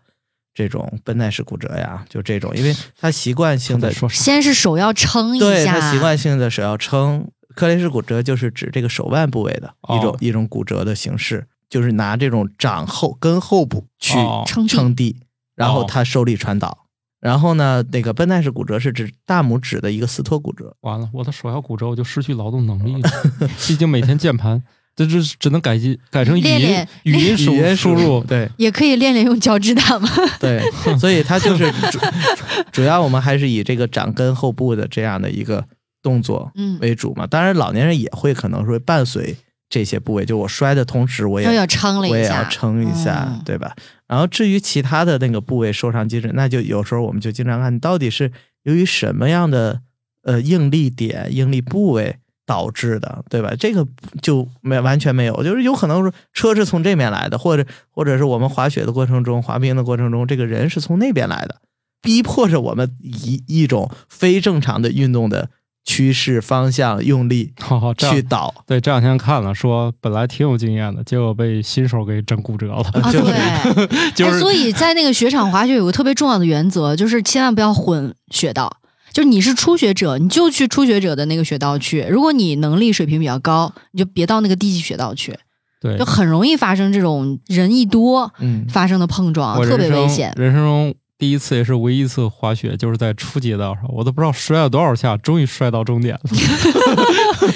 Speaker 1: 这种绷带式骨折呀，就这种，因为它习惯性
Speaker 3: 在
Speaker 1: 的，
Speaker 3: 说啥？
Speaker 2: 先是手要撑一下，
Speaker 1: 对它习惯性的手要撑。克雷氏骨折就是指这个手腕部位的一种、
Speaker 3: 哦
Speaker 1: 一种骨折的形式，就是拿这种掌后跟后部去
Speaker 3: 哦
Speaker 2: 撑地
Speaker 1: 撑地，然后它受力传导。然后呢，那个绷带式骨折是指大拇指的一个撕脱骨折，
Speaker 3: 完了，我的手要骨折，我就失去劳动能力了。 毕竟每天键盘，这这只能改进改成语
Speaker 2: 练
Speaker 3: 音
Speaker 2: 练
Speaker 3: 语音输
Speaker 1: 语言
Speaker 3: 输入。
Speaker 1: 对，
Speaker 2: 也可以练练用脚趾打嘛。
Speaker 1: 对，所以它就是主主要我们还是以这个掌根后部的这样的一个动作
Speaker 2: 嗯，
Speaker 1: 为主嘛。当然，老年人也会可能说伴随这些部位，就我摔的同时，我
Speaker 2: 又要
Speaker 1: 也
Speaker 2: 撑了
Speaker 1: 我
Speaker 2: 一
Speaker 1: 也
Speaker 2: 下，
Speaker 1: 要撑一下，
Speaker 2: 嗯
Speaker 1: 对吧？然后至于其他的那个部位受伤机制，那就有时候我们就经常看你到底是由于什么样的呃应力点、应力部位。导致的，对吧？这个就没完全没有，就是有可能说车是从这边来的，或者或者是我们滑雪的过程中、滑冰的过程中，这个人是从那边来的，逼迫着我们以一种非正常的运动的趋势、方向、用力
Speaker 3: 好好，这
Speaker 1: 去
Speaker 3: 样
Speaker 1: 倒。
Speaker 3: 对这两天看了，说本来挺有经验的，结果被新手给整骨折了。
Speaker 2: 啊，
Speaker 1: 就是
Speaker 2: 对，
Speaker 3: 就
Speaker 2: 哎，
Speaker 3: 是
Speaker 2: 所以在那个雪场滑雪有个特别重要的原则，就是千万不要混雪道。就是你是初学者，你就去初学者的那个雪道去；如果你能力水平比较高，你就别到那个低级雪道去，
Speaker 3: 对
Speaker 2: 就，很容易发生这种人一多
Speaker 1: 嗯，
Speaker 2: 发生的碰撞，
Speaker 3: 我
Speaker 2: 特别
Speaker 3: 人
Speaker 2: 危
Speaker 3: 生
Speaker 2: 险。
Speaker 3: 人生中第一次也是唯一一次滑雪，就是在初级道上，我都不知道摔了多少下，终于摔到终点了。
Speaker 2: 嗯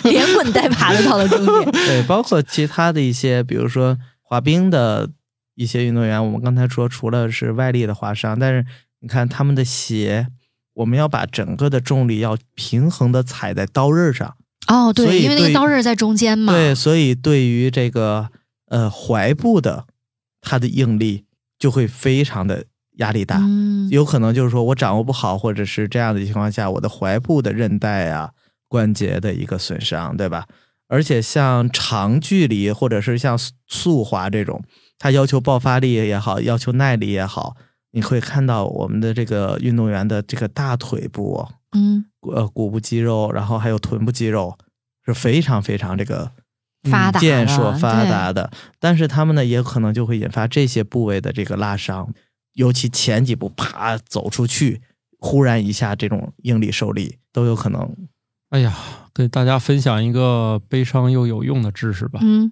Speaker 2: 连滚带爬的到了终 点。
Speaker 1: 对，包括其他的一些，比如说滑冰的一些运动员，我们刚才说除了是外力的划伤，但是你看他们的鞋，我们要把整个的重力要平衡的踩在刀刃上，
Speaker 2: 哦，
Speaker 1: 所
Speaker 2: 对，
Speaker 1: 以
Speaker 2: 因为那个
Speaker 1: 对
Speaker 2: 刀刃在中间嘛。
Speaker 1: 对，所以对于这个呃踝部的它的应力就会非常的压力大，
Speaker 2: 嗯，
Speaker 1: 有可能就是说我掌握不好，或者是这样的情况下，我的踝部的韧带啊、关节的一个损伤，对吧？而且像长距离或者是像速速滑这种，它要求爆发力也好，要求耐力也好，你会看到我们的这个运动员的这个大腿部哦、
Speaker 2: 嗯，
Speaker 1: 呃股部肌肉，然后还有臀部肌肉是非常非常这个嗯
Speaker 2: 发达的
Speaker 1: 健硕发
Speaker 2: 对
Speaker 1: 达的，但是他们呢也可能就会引发这些部位的这个拉伤，尤其前几步啪走出去，忽然一下这种应力受力都有可能。
Speaker 3: 哎呀，给大家分享一个悲伤又有用的知识吧。
Speaker 2: 嗯，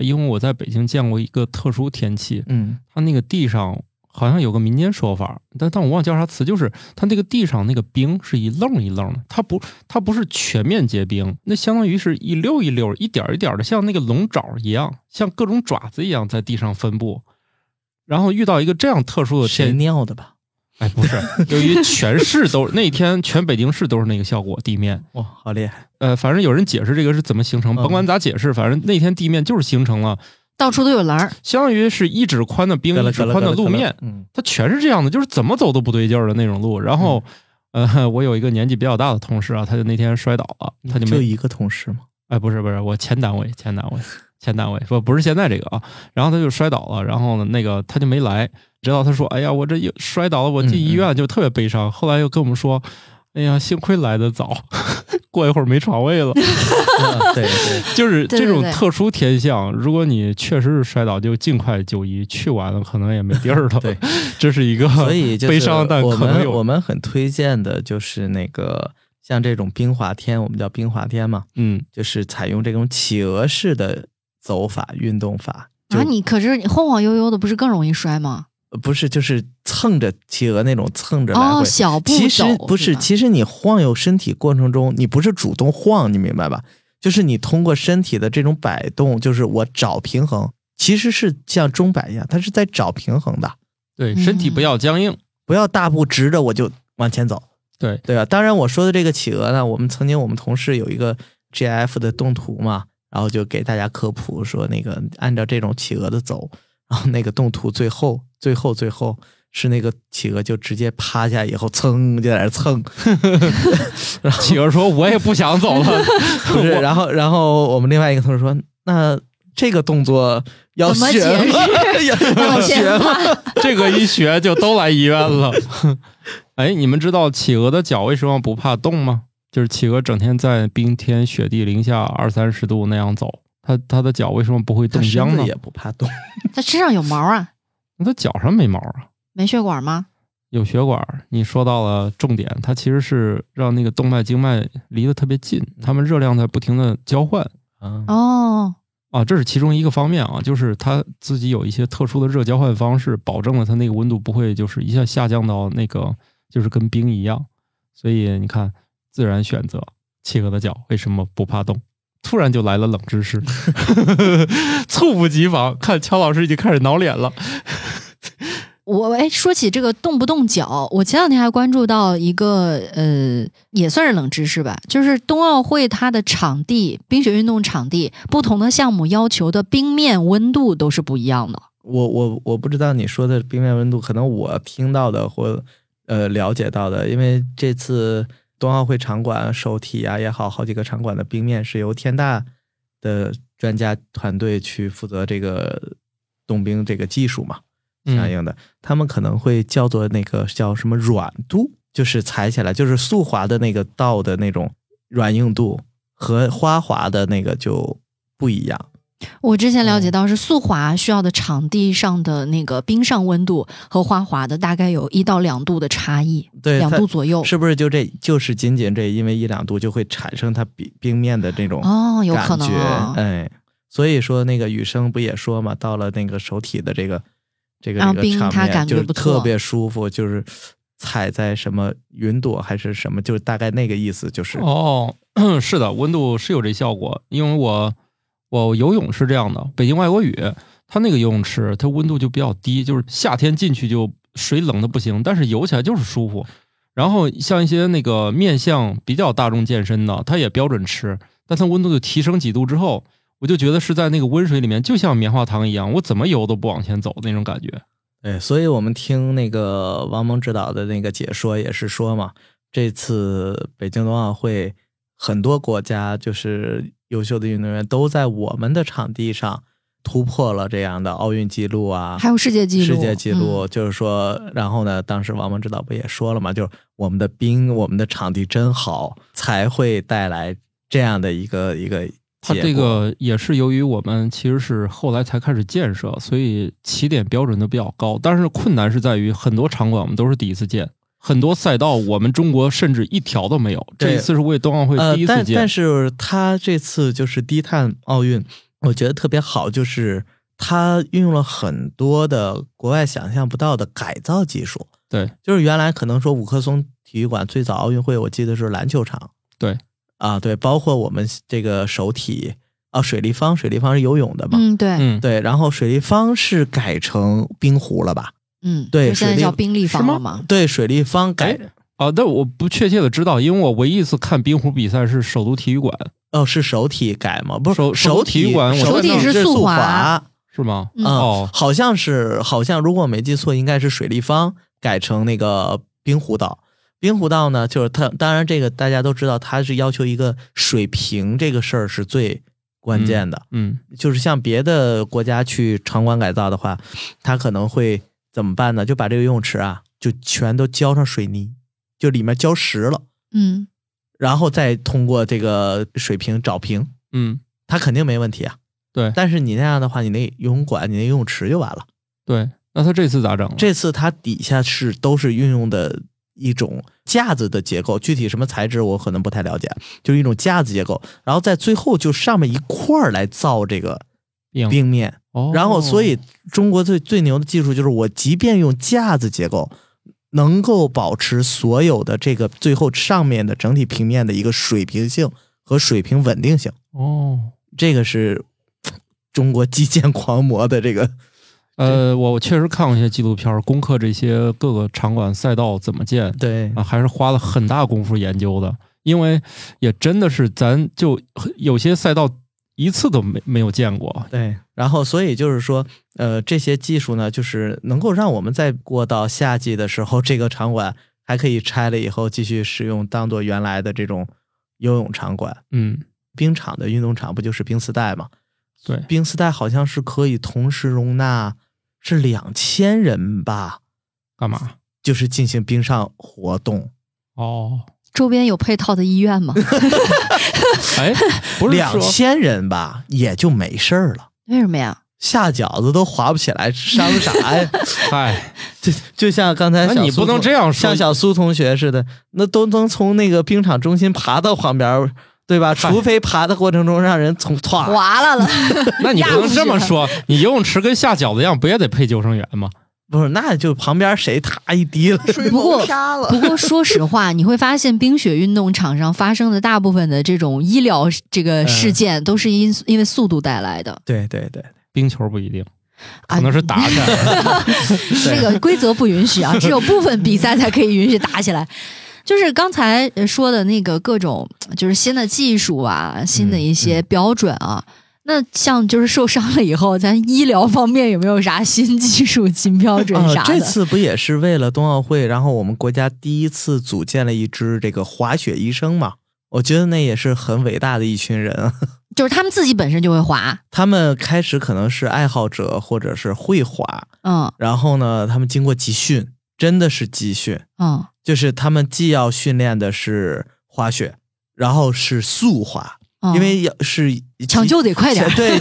Speaker 3: 因为我在北京见过一个特殊天气，
Speaker 1: 嗯
Speaker 3: 它那个地上好像有个民间说法，但但我忘了叫啥词，就是它那个地上那个冰是一愣一愣的，它不它不是全面结冰，那相当于是一溜一溜、一点儿一点儿的，像那个龙爪一样，像各种爪子一样在地上分布。然后遇到一个这样特殊的
Speaker 1: 谁
Speaker 3: 天，
Speaker 1: 尿的吧？
Speaker 3: 哎，不是，由于全市都那天全北京市都是那个效果，地面
Speaker 1: 哇，好厉害！
Speaker 3: 呃，反正有人解释这个是怎么形成，
Speaker 1: 嗯
Speaker 3: 甭管咋解释，反正那天地面就是形成了，
Speaker 2: 到处都有栏儿。
Speaker 3: 相当于是一指宽的冰，
Speaker 1: 得
Speaker 3: 一
Speaker 1: 了
Speaker 3: 指
Speaker 1: 得了
Speaker 3: 宽的
Speaker 1: 得了
Speaker 3: 路
Speaker 1: 得了
Speaker 3: 面，
Speaker 1: 嗯
Speaker 3: 它全是这样的，就是怎么走都不对劲儿的那种路。然后，呃， 我有一个年纪比较大的同事啊，他就那天摔倒了，他就
Speaker 1: 就
Speaker 3: 没，
Speaker 1: 一个同事 嘛。
Speaker 3: 哎，不是不是，我前单位前单位前单位，不不是现在这个啊，然后他就摔倒了，然后呢，那个他就没来，直到他说，哎呀，我这又摔倒了，我进医
Speaker 1: 嗯
Speaker 3: 院就特别悲伤。后来又跟我们说，哎呀，幸亏来得早， 过一会儿没床位了。
Speaker 1: 嗯对 对，
Speaker 3: 就是
Speaker 2: 对
Speaker 3: 这种
Speaker 2: 对对
Speaker 3: 特殊天象，如果你确实是摔倒，就尽快就医，去晚了可能也没地儿了。
Speaker 1: 对，
Speaker 3: 这是一个
Speaker 1: 所以就是
Speaker 3: 悲伤，但
Speaker 1: 我
Speaker 3: 可能
Speaker 1: 们我
Speaker 3: 有
Speaker 1: 们很推荐的就是那个像这种冰滑天，我们叫冰滑天嘛，
Speaker 3: 嗯，
Speaker 1: 就是采用这种企鹅式的走法运动法，就、
Speaker 2: 啊，你可是你晃晃悠悠的，不是更容易摔吗？
Speaker 1: 呃不是就是蹭着企鹅那种蹭着来回。
Speaker 2: 哦，小步走
Speaker 1: 其实不是，
Speaker 2: 吧
Speaker 1: 其实你晃悠身体过程中，你不是主动晃，你明白吧？就是你通过身体的这种摆动，就是我找平衡，其实是像钟摆一样，它是在找平衡的，
Speaker 3: 对，身
Speaker 2: 嗯
Speaker 3: 体不要僵硬。
Speaker 1: 不要大步直着我就往前走。
Speaker 3: 对
Speaker 1: 对啊吧？当然，我说的这个企鹅呢，我们曾经我们同事有一个 GF 的动图嘛，然后就给大家科普说，那个按照这种企鹅的走，然后那个动图最后最后最后是那个企鹅就直接趴下以后蹭就在那儿 蹭，
Speaker 3: 企鹅说：“我也不想走 了。
Speaker 1: 不是？然后然后我们另外一个同事说，那这个动作要
Speaker 2: 怎么
Speaker 1: 学
Speaker 2: 解
Speaker 1: 吗？ 要
Speaker 2: 往
Speaker 1: 学吗？
Speaker 2: 前 爬
Speaker 3: 这个一学就都来医院了。” 哎，你们知道企鹅的脚为什么不怕冻吗？就是企鹅整天在冰天雪地零下二三十度那样走，它它的脚为什么不会冻
Speaker 1: 它身
Speaker 3: 僵
Speaker 1: 子
Speaker 3: 呢
Speaker 1: 也？不怕冻，
Speaker 2: 它身上有毛啊，
Speaker 3: 它脚上没毛啊。
Speaker 2: 没血管吗？
Speaker 3: 有血管儿，你说到了重点，它其实是让那个动脉经脉离得特别近，它们热量在不停的交换
Speaker 1: 嗯
Speaker 2: 哦，
Speaker 3: 啊，这是其中一个方面啊，就是它自己有一些特殊的热交换方式，保证了它那个温度不会就是一下下降到那个就是跟冰一样，所以你看自然选择企鹅的脚为什么不怕冻？突然就来了冷知识， 猝不及防，看乔老师已经开始挠脸了。
Speaker 2: 我哎，说起这个动不动脚，我前两天还关注到一个呃，也算是冷知识吧，就是冬奥会它的场地，冰雪运动场地，不同的项目要求的冰面温度都是不一样的。
Speaker 1: 我我我不知道你说的冰面温度，可能我听到的或呃了解到的，因为这次冬奥会场馆首体啊也好，好几个场馆的冰面是由天大的专家团队去负责这个冻冰这个技术嘛，相应的，他们可能会叫做那个叫什么软度，就是踩起来就是速滑的那个道的那种软硬度和花滑的那个就不一样。
Speaker 2: 我之前了
Speaker 1: 哦
Speaker 2: 解到是速滑需要的场地上的那个冰上温度和花滑的大概有一到两度的差异，
Speaker 1: 对
Speaker 2: 两
Speaker 1: 它
Speaker 2: 度左右。
Speaker 1: 是不是就这就是仅仅这因为一两度就会产生它冰冰面的这种
Speaker 2: 哦，有可
Speaker 1: 感
Speaker 2: 能
Speaker 1: 觉
Speaker 2: 啊、
Speaker 1: 哎，所以说那个雨生不也说嘛，到了那个手体的这个这个
Speaker 2: 啊
Speaker 1: 这个
Speaker 2: 冰
Speaker 1: 场
Speaker 2: 它
Speaker 1: 面，
Speaker 2: 感觉
Speaker 1: 就是
Speaker 2: 不错
Speaker 1: 特别舒服，就是踩在什么云朵还是什么，就是大概那个意思，就是、
Speaker 3: 哦， 是的，温度是有这效果，因为我我游泳是这样的，北京外国语它那个游泳池它温度就比较低，就是夏天进去就水冷的不行，但是游起来就是舒服。然后像一些那个面向比较大众健身的，它也标准池，但它温度就提升几度之后，我就觉得是在那个温水里面，就像棉花糖一样，我怎么游都不往前走的那种感觉。
Speaker 1: 对，哎所以我们听那个王蒙指导的那个解说也是说嘛，这次北京冬奥会很多国家就是优秀的运动员都在我们的场地上突破了这样的奥运纪录啊，
Speaker 2: 还有世界纪录，嗯
Speaker 1: 世界纪录，就是说，然后呢，当时王蒙指导不也说了嘛，就是我们的冰，我们的场地真好，才会带来这样的一个一个
Speaker 3: 它
Speaker 1: 结果。
Speaker 3: 这个也是由于我们其实是后来才开始建设，所以起点标准都比较高。但是困难是在于很多场馆我们都是第一次建，很多赛道我们中国甚至一条都没有。
Speaker 1: 对
Speaker 3: 这一次是为冬奥会
Speaker 1: 呃
Speaker 3: 第一，次
Speaker 1: 但
Speaker 3: 建，
Speaker 1: 但是他这次就是低碳奥运，我觉得特别好，就是他运用了很多的国外想象不到的改造技术。
Speaker 3: 对，
Speaker 1: 就是原来可能说五棵松体育馆最早奥运会，我记得是篮球场。
Speaker 3: 对，
Speaker 1: 啊，对，包括我们这个手体啊，水立方，水立方是游泳的嘛，
Speaker 2: 嗯，对，嗯，
Speaker 3: 嗯，
Speaker 1: 对，然后水立方是改成冰壶了吧？对
Speaker 2: 嗯就现在
Speaker 1: 水利
Speaker 2: 叫冰立方
Speaker 3: 是吗
Speaker 2: 了嘛？
Speaker 1: 对，水立方改
Speaker 3: 哎啊，但我不确切的知道，因为我唯一一次看冰壶比赛是首都体育馆，
Speaker 1: 哦，是手体改吗？不是
Speaker 3: 手手
Speaker 1: 手
Speaker 3: 体育馆我
Speaker 1: 手
Speaker 3: 看到
Speaker 1: 是
Speaker 2: 是速
Speaker 1: 滑
Speaker 2: 滑
Speaker 1: 啊、
Speaker 3: 是吗？
Speaker 2: 嗯
Speaker 3: 哦，
Speaker 1: 好像是好像如果我没记错，应该是水立方改成那个冰壶道。冰壶道呢，就是它，当然这个大家都知道，它是要求一个水平这个事儿是最关键的。
Speaker 3: 嗯，
Speaker 1: 就是像别的国家去场馆改造的话，它可能会怎么办呢？就把这个游泳池啊，就全都浇上水泥，就里面浇实了，
Speaker 2: 嗯，
Speaker 1: 然后再通过这个水平找平，
Speaker 3: 嗯，
Speaker 1: 它肯定没问题啊。
Speaker 3: 对
Speaker 1: 但是你那样的话，你那游泳馆、你那游泳池就完了。
Speaker 3: 对。那他这次咋整？
Speaker 1: 这次它底下是都是运用的一种架子的结构，具体什么材质我可能不太了解，啊就是一种架子结构，然后在最后就上面一块儿来造这个
Speaker 3: 冰
Speaker 1: 冰面。
Speaker 3: 哦，
Speaker 1: 然后，所以中国最最牛的技术就是，我即便用架子结构，能够保持所有的这个最后上面的整体平面的一个水平性和水平稳定性，
Speaker 3: 哦，
Speaker 1: 这个是嘖中国基建狂魔的这个。
Speaker 3: 呃，我我确实看过一些纪录片儿，攻克这些各个场馆赛道怎么建，
Speaker 1: 对
Speaker 3: 啊，还是花了很大功夫研究的，因为也真的是咱就有些赛道一次都没没有见过。
Speaker 1: 对，然后所以就是说，呃，这些技术呢，就是能够让我们在过到夏季的时候，这个场馆还可以拆了以后继续使用，当做原来的这种游泳场馆。
Speaker 3: 嗯，
Speaker 1: 冰场的运动场不就是冰丝带吗？
Speaker 3: 对
Speaker 1: 冰丝带好像是可以同时容纳是两千人吧，
Speaker 3: 干嘛？
Speaker 1: 就是进行冰上活动。
Speaker 3: 哦，
Speaker 2: 周边有配套的医院吗？
Speaker 3: 哎，不是
Speaker 1: 两
Speaker 3: 说
Speaker 1: 千人吧，也就没事儿了。
Speaker 2: 为什么呀？
Speaker 1: 下饺子都滑不起来，伤 啥呀？
Speaker 3: 嗨，
Speaker 1: 就就像刚才
Speaker 3: 那
Speaker 1: 小
Speaker 3: 你
Speaker 1: 苏
Speaker 3: 不能
Speaker 1: 同
Speaker 3: 这样说
Speaker 1: 像小苏同学似的，那都能从那个冰场中心爬到旁边儿，对吧？
Speaker 3: 嗨
Speaker 1: 除非爬的过程中让人从歘
Speaker 2: 划了了，
Speaker 3: 那你不能这
Speaker 2: 压
Speaker 3: 么
Speaker 2: 不住
Speaker 3: 说，你游泳池跟下饺子一样，不也得配救生员吗？
Speaker 1: 不是，那就旁边谁踏一滴 了，
Speaker 4: 哎水
Speaker 2: 不过
Speaker 4: 谋杀了
Speaker 2: 不。过说实话，你会发现冰雪运动场上发生的大部分的这种医疗这
Speaker 1: 嗯
Speaker 2: 个事件，都是因因为速度带来的。
Speaker 1: 对对对，
Speaker 3: 冰球不一定，
Speaker 2: 啊
Speaker 3: 可能是打 起来了。
Speaker 2: 这个规则不允许啊，只有部分比赛才可以允许打起来。就是刚才呃说的那个各种，就是新的技术啊，新
Speaker 1: 嗯
Speaker 2: 的一些标准啊。那像就是受伤了以后，咱医疗方面有没有啥新技术、新标准
Speaker 1: 啊，
Speaker 2: 啥的？
Speaker 1: 这次不也是为了冬奥会，然后我们国家第一次组建了一支这个滑雪医生嘛？我觉得那也是很伟大的一群人。啊
Speaker 2: 就是他们自己本身就会滑，
Speaker 1: 他们开始可能是爱好者或者是会滑，
Speaker 2: 嗯
Speaker 1: 然后呢，他们经过集训，真的是集训，
Speaker 2: 嗯，
Speaker 1: 就是他们既要训练的是滑雪，然后是速滑，
Speaker 2: 嗯
Speaker 1: 因为要是
Speaker 2: 抢救得快点 儿
Speaker 1: 对，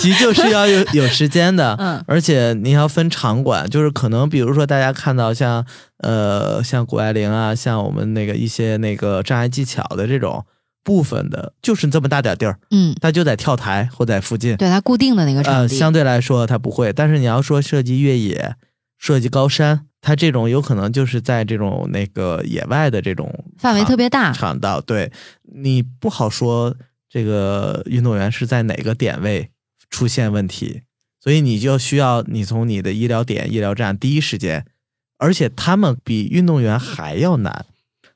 Speaker 1: 急救是要有有时间的，
Speaker 2: 嗯
Speaker 1: 而且你要分场馆，就是可能比如说大家看到像呃像谷爱凌啊，像我们那个一些那个障碍技巧的这种部分的，就是这么大点儿地儿，
Speaker 2: 嗯，
Speaker 1: 它就在跳台或在附近，
Speaker 2: 对，它固定的那个场
Speaker 1: 呃，
Speaker 2: 地，
Speaker 1: 相对来说它不会，但是你要说设计越野、设计高山，它这种有可能就是在这种那个野外的这种
Speaker 2: 范围
Speaker 1: 场
Speaker 2: 特别大，
Speaker 1: 场道，对你不好说这个运动员是在哪个点位出现问题，所以你就需要你从你的医疗点、医疗站第一时间，而且他们比运动员还要难，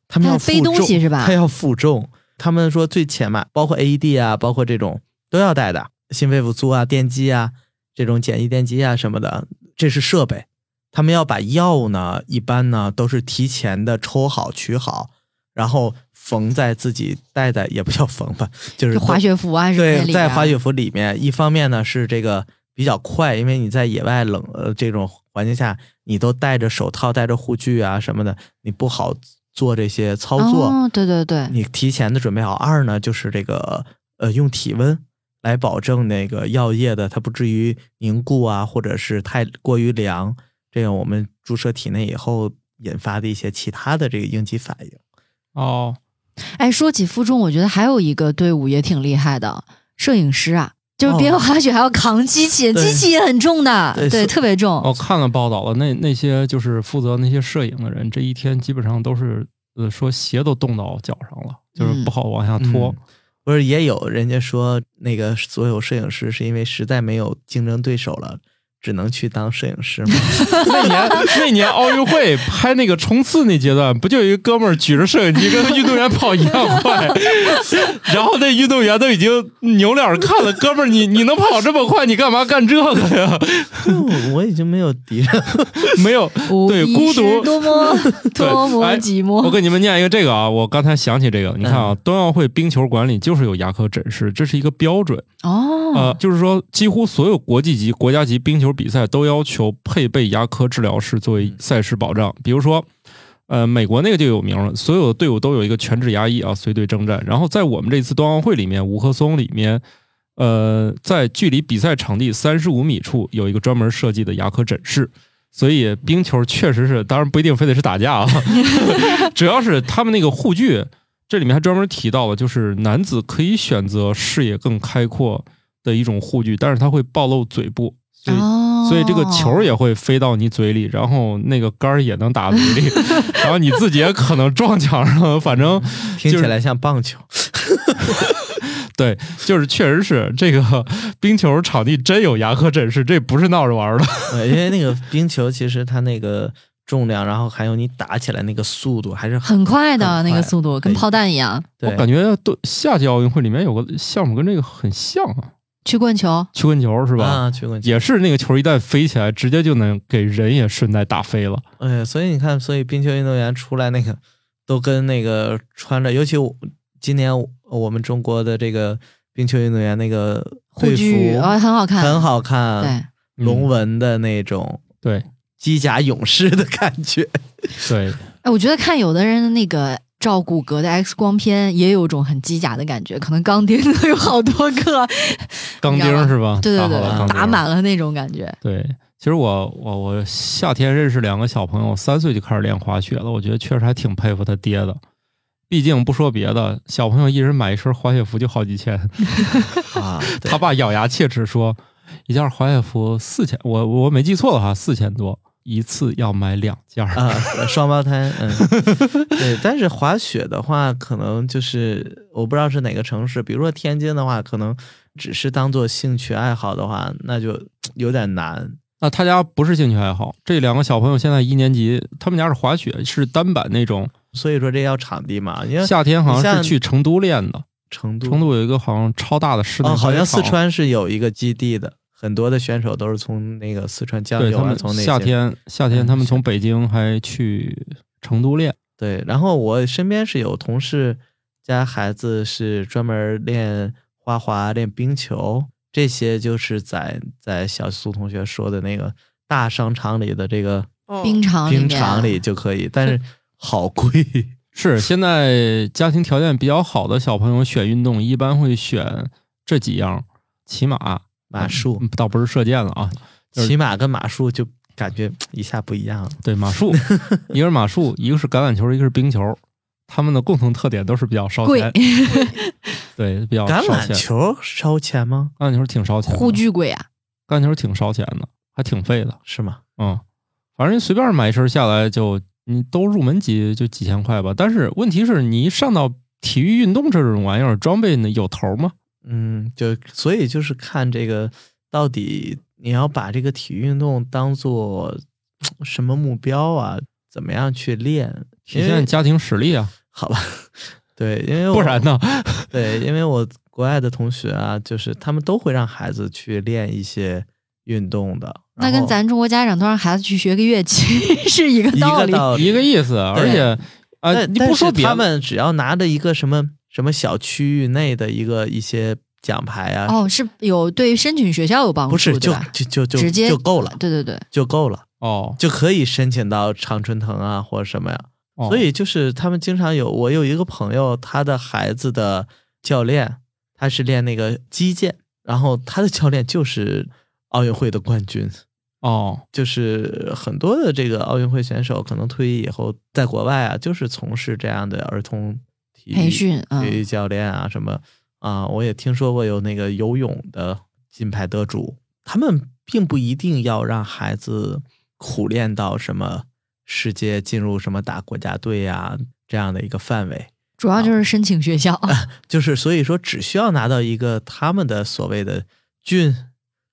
Speaker 1: 他们
Speaker 2: 他
Speaker 1: 要
Speaker 2: 背
Speaker 1: 负
Speaker 2: 东
Speaker 1: 重
Speaker 2: 西是吧
Speaker 1: 他要负重，他们说最浅嘛，包括 AED 啊，包括这种都要带的，心肺复苏啊、电击啊这种简易电击啊什么的，这是设备。他们要把药呢，一般呢都是提前的抽好取好，然后缝在自己带在，也不叫缝吧，就是
Speaker 2: 就滑雪服啊什么的
Speaker 1: 对，
Speaker 2: 里
Speaker 1: 在
Speaker 2: 边
Speaker 1: 滑雪服里面，一方面呢是这个比较快，因为你在野外冷呃这种环境下，你都戴着手套、戴着护具啊什么的，你不好做这些操作。
Speaker 2: 哦，对对对，
Speaker 1: 你提前的准备好。二呢，就是这个呃，用体温来保证那个药液的它不至于凝固啊，或者是太过于凉，这样我们注射体内以后引发的一些其他的这个应激反应。
Speaker 3: 哦，
Speaker 2: 哎，说起负重，我觉得还有一个队伍也挺厉害的，摄影师啊，就是
Speaker 1: 哦
Speaker 2: 别人滑雪还要扛机器，
Speaker 1: 对
Speaker 2: 机器也很重的，
Speaker 1: 对
Speaker 2: 对，
Speaker 1: 是
Speaker 2: 特别重。
Speaker 3: 我看了报道了，那那些就是负责那些摄影的人，这一天基本上都是呃说鞋都冻到脚上了，就是不好往下拖。
Speaker 1: 嗯不是也有人家说那个所有摄影师是因为实在没有竞争对手了，只能去当摄影 师吗？
Speaker 3: 那年那年奥运会拍那个冲刺那阶段，不就有一哥们儿举着摄影机跟运动员跑一样快， 然后那运动员都已经扭脸看了，哥们儿你你能跑这么快，你干嘛干这个呀？
Speaker 1: 我我已经没有敌人了。
Speaker 3: 没有，
Speaker 2: 无
Speaker 3: 对
Speaker 2: 疑
Speaker 3: 孤
Speaker 2: 是
Speaker 3: 独
Speaker 2: 多么
Speaker 3: 对
Speaker 2: 多么
Speaker 3: 哎
Speaker 2: 寂
Speaker 3: 我
Speaker 2: 寞。
Speaker 3: 给你们念一个这个啊，我刚才想起这个，你看
Speaker 2: 嗯
Speaker 3: 啊，冬奥会冰球馆里就是有牙科诊室，这是一个标准。呃
Speaker 2: 哦，，
Speaker 3: 就是说，几乎所有国际级、国家级冰球比赛都要求配备牙科治疗师作为赛事保障。比如说，呃，美国那个就有名了，所有的队伍都有一个全职牙医啊，随队征战。然后在我们这次冬奥会里面，吴克松里面，呃，在距离比赛场地三十五米处有一个专门设计的牙科诊室。所以冰球确实是，当然不一定非得是打架啊，主要是他们那个护具，这里面还专门提到了，就是男子可以选择视野更开阔的一种护具，但是它会暴露嘴部，所以、
Speaker 2: 哦，
Speaker 3: 所以这个球儿也会飞到你嘴里，然后那个杆儿也能打嘴里，然后你自己也可能撞墙上，反正
Speaker 1: 听起
Speaker 3: 就是
Speaker 1: 来像棒 球，
Speaker 3: 对，就是确实是这个冰球场地真有牙科诊室，这不是闹着玩儿的。
Speaker 1: 对，因为那个冰球其实它那个重量，然后还有你打起来那个速度还是
Speaker 2: 很快的
Speaker 1: 很
Speaker 2: 那个速度，
Speaker 3: 哎
Speaker 2: 跟
Speaker 1: 对
Speaker 2: 炮弹一样。
Speaker 1: 对，
Speaker 3: 我感觉都夏季奥运会里面有个项目跟这个很像啊，
Speaker 2: 曲棍球，
Speaker 3: 曲棍球是吧？
Speaker 1: 啊，曲棍球
Speaker 3: 也是那个球一旦飞起来，直接就能给人也顺带打飞了。
Speaker 1: 哎呀，所以你看，所以冰球运动员出来那个都跟那个穿着，尤其我今年我们中国的这个冰球运动员那个
Speaker 2: 护
Speaker 1: 队
Speaker 2: 具
Speaker 1: 服
Speaker 2: 啊，很好看，
Speaker 1: 很好看，
Speaker 2: 对，
Speaker 1: 龙纹的那种
Speaker 3: 对
Speaker 1: 机甲勇士的感觉，
Speaker 3: 对，
Speaker 2: 哎，我觉得看有的人的那个照骨骼的 X 光片，也有种很机甲的感觉，可能钢钉 都有好多个，
Speaker 3: 钢钉儿是吧？
Speaker 2: 对对对
Speaker 3: 啊打
Speaker 2: 对，
Speaker 3: 好了钢钉儿
Speaker 2: 打满了那种感觉。
Speaker 3: 对，其实我我我夏天认识两个小朋友，三岁就开始练滑雪了，我觉得确实还挺佩服他爹的。毕竟不说别的，小朋友一人买一身滑雪服就好几千，
Speaker 1: 啊， 对
Speaker 3: 他爸咬牙切齿说，一件滑雪服四千，我我没记错的话，四千多，一次要买两件儿。
Speaker 1: 啊，双胞胎，嗯，对。但是滑雪的话，可能就是我不知道是哪个城市，比如说天津的话，可能只是当做兴趣爱好的话，那就有点难。
Speaker 3: 那他家不是兴趣爱好，这两个小朋友现在一年级，他们家是滑雪，是单板那种，
Speaker 1: 所以说这要场地嘛，因为
Speaker 3: 夏天好
Speaker 1: 哎你
Speaker 3: 像
Speaker 1: 像
Speaker 3: 是去成都练的，
Speaker 1: 成都，
Speaker 3: 成都有一个好像超大的室内
Speaker 1: 哦，
Speaker 3: 滑雪场，
Speaker 1: 好像四川是有一个基地的，很多的选手都是从那个四川江
Speaker 3: 对
Speaker 1: 油
Speaker 3: 他
Speaker 1: 啊，
Speaker 3: 们
Speaker 1: 从那些
Speaker 3: 夏天夏天
Speaker 1: 嗯
Speaker 3: 他们
Speaker 1: 是
Speaker 3: 从北京还去成都练，
Speaker 1: 对。然后我身边是有同事家孩子是专门练花滑、练冰球，这些就是在在小苏同学说的那个大商场里的这个
Speaker 4: 哦
Speaker 2: 冰场里
Speaker 1: 冰
Speaker 2: 面，啊
Speaker 1: 场里就可以，但是好贵。
Speaker 3: 是现在家庭条件比较好的小朋友选运动，一般会选这几样：骑马、
Speaker 1: 马术
Speaker 3: 嗯，倒不是射箭了啊，就 是
Speaker 1: 骑马跟马术就感觉一下不一样了。
Speaker 3: 对，马术，一个是马术，一个是橄榄球，一个是冰球，他们的共同特点都是比较烧
Speaker 2: 贵
Speaker 3: 钱，对，比 较
Speaker 1: 橄
Speaker 3: 烧
Speaker 1: 榄
Speaker 3: 哦钱。
Speaker 1: 球烧钱吗？
Speaker 3: 橄榄球挺烧钱的，
Speaker 2: 护具贵啊，
Speaker 3: 橄榄球挺烧钱的，还挺费的。
Speaker 1: 是吗？
Speaker 3: 嗯，反正随便买一身下来就你都入门级就几千块吧。但是问题是你一上到体育运动这种玩意儿，装备呢有头吗？
Speaker 1: 嗯，就所以就是看这个到底你要把这个体育运动当做什么目标啊？怎么样去练？
Speaker 3: 体
Speaker 1: 因为
Speaker 3: 现家庭实力啊，
Speaker 1: 好吧？对，因为我
Speaker 3: 不然呢？
Speaker 1: 对，因为我国外的同学啊，就是他们都会让孩子去练一些运动的。
Speaker 2: 那
Speaker 1: 然
Speaker 2: 跟
Speaker 1: 后
Speaker 2: 咱中国家长都让孩子去学个 乐器是一个
Speaker 1: 一
Speaker 2: 道
Speaker 1: 个
Speaker 2: 理。
Speaker 1: 道理
Speaker 3: 一个意思，而且啊、
Speaker 1: 哦但
Speaker 3: 你不说
Speaker 1: 但是
Speaker 3: 别
Speaker 1: 他
Speaker 3: 的，
Speaker 1: 们只要拿着一个什么什么小区域内的一个一些奖牌啊，
Speaker 2: 哦，是有对申请学校有帮助，
Speaker 1: 不是
Speaker 2: 对
Speaker 1: 就
Speaker 2: 吧？
Speaker 1: 就就就
Speaker 2: 直接
Speaker 1: 就够了，
Speaker 2: 对对对，
Speaker 1: 就够了，
Speaker 3: 哦，
Speaker 1: 就可以申请到常春藤啊或者什么呀。
Speaker 3: 哦
Speaker 1: 所以就是他们经常有，我有一个朋友，他的孩子的教练，他是练那个击剑，然后他的教练就是奥运会的冠军。
Speaker 3: 哦，
Speaker 1: 就是很多的这个奥运会选手，可能退役以后，在国外啊，就是从事这样的儿童体育
Speaker 2: 培训嗯
Speaker 1: 体育教练啊什么啊。我也听说过有那个游泳的金牌得主，他们并不一定要让孩子苦练到什么世界进入什么打国家队呀、这样的一个范围，
Speaker 2: 主要
Speaker 1: 啊
Speaker 2: 就是申请学 校。
Speaker 1: 就是所以说，只需要拿到一个他们的所谓的郡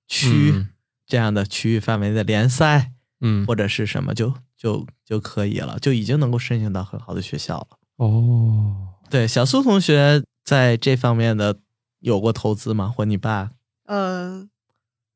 Speaker 1: 区、
Speaker 3: 嗯
Speaker 1: 这样的区域范围的联赛。
Speaker 3: 嗯，
Speaker 1: 或者是什么就就就可以了，就已经能够申请到很好的学校了。
Speaker 3: 哦，
Speaker 1: 对，小苏同学在这方面的有过投资吗？或你爸
Speaker 4: 嗯